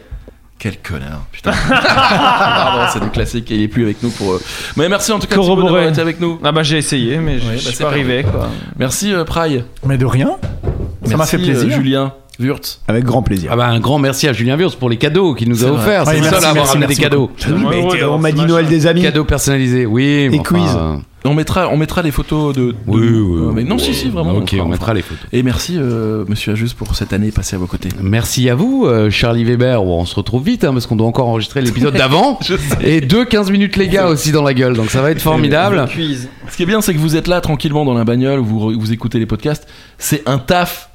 Quel connard, putain. Pardon, c'est du classique et il est plus avec nous pour. euh, Mais merci en tout cas Thibaut,
Corroboré.
d'avoir été avec nous.
Ah bah j'ai essayé, mais je
Ouais, bah,
je
c'est
suis pas arrivé quoi.
Merci euh, Praille.
Mais de rien. Ça m'a
Merci,
fait plaisir.
euh, Julien Wurtz.
Avec grand plaisir.
Ah bah, un grand merci à Julien Wurz pour les cadeaux qu'il nous a
C'est vrai.
offerts. Ah,
Ouais,
C'est le
merci,
seul à avoir
merci,
amené des
merci
cadeaux.
Ah oui,
Ouais,
mais
ouais,
t'es- on
alors,
m'a
c'est
dit
machin.
Noël des amis.
Cadeaux personnalisés, oui. mais
Et quiz.
euh,
On mettra, on mettra les photos de. de-
Oui, oui.
Euh, Mais non,
oui.
si, si, vraiment.
Ok,
fera-
on
fera.
mettra les photos.
Et merci, euh, monsieur Ajus, pour cette année passée à vos côtés.
Merci à vous, euh, Charlie Weber. Bon, on se retrouve vite hein, parce qu'on doit encore enregistrer l'épisode d'avant. Et deux 15 minutes, les gars, aussi dans la gueule. Donc ça va être formidable.
Quiz.
Ce qui est bien, c'est que vous êtes là tranquillement dans la bagnole, vous, vous écoutez les podcasts. C'est un taf.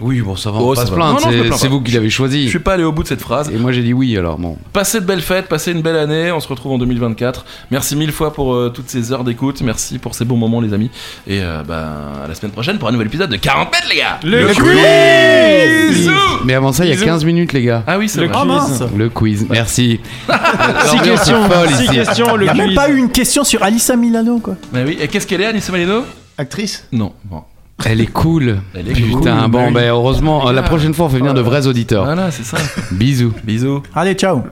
Oui, bon, ça va,
Oh,
on va
ça
pas se
va. Non,
plaindre.
non, je me
c'est-
plains
C'est
pas.
vous qui l'avez
Je
choisi.
suis pas allé au bout de cette phrase.
Et moi, j'ai dit oui, alors bon.
Passez de belles fêtes, passez une belle année. On se retrouve en 2024. Merci mille fois pour euh, toutes ces heures d'écoute. Merci pour ces bons moments, les amis. Et euh, ben, à la semaine prochaine pour un nouvel épisode de 40 mètres, les gars.
Le,
Bisous.
Mais avant ça, il y a
Bisous.
15 minutes, les gars.
Ah oui, c'est
Le
vrai.
Oh mince.
Le quiz, merci.
Six
L'ambiance est
questions,
folle
six
ici.
questions,
Il
le
n'y a même
quiz.
pas eu une question sur Alissa Milano, quoi.
Bah oui. Et qu'est-ce qu'elle est, Anissa Maleno
Actrice
Non. Bon.
Elle est cool.
Elle est
Putain,
cool,
bon,
mais
ben heureusement,
Ah.
la prochaine fois, on fait venir de vrais auditeurs.
Voilà, c'est ça.
Bisous.
Bisous.
Allez, ciao.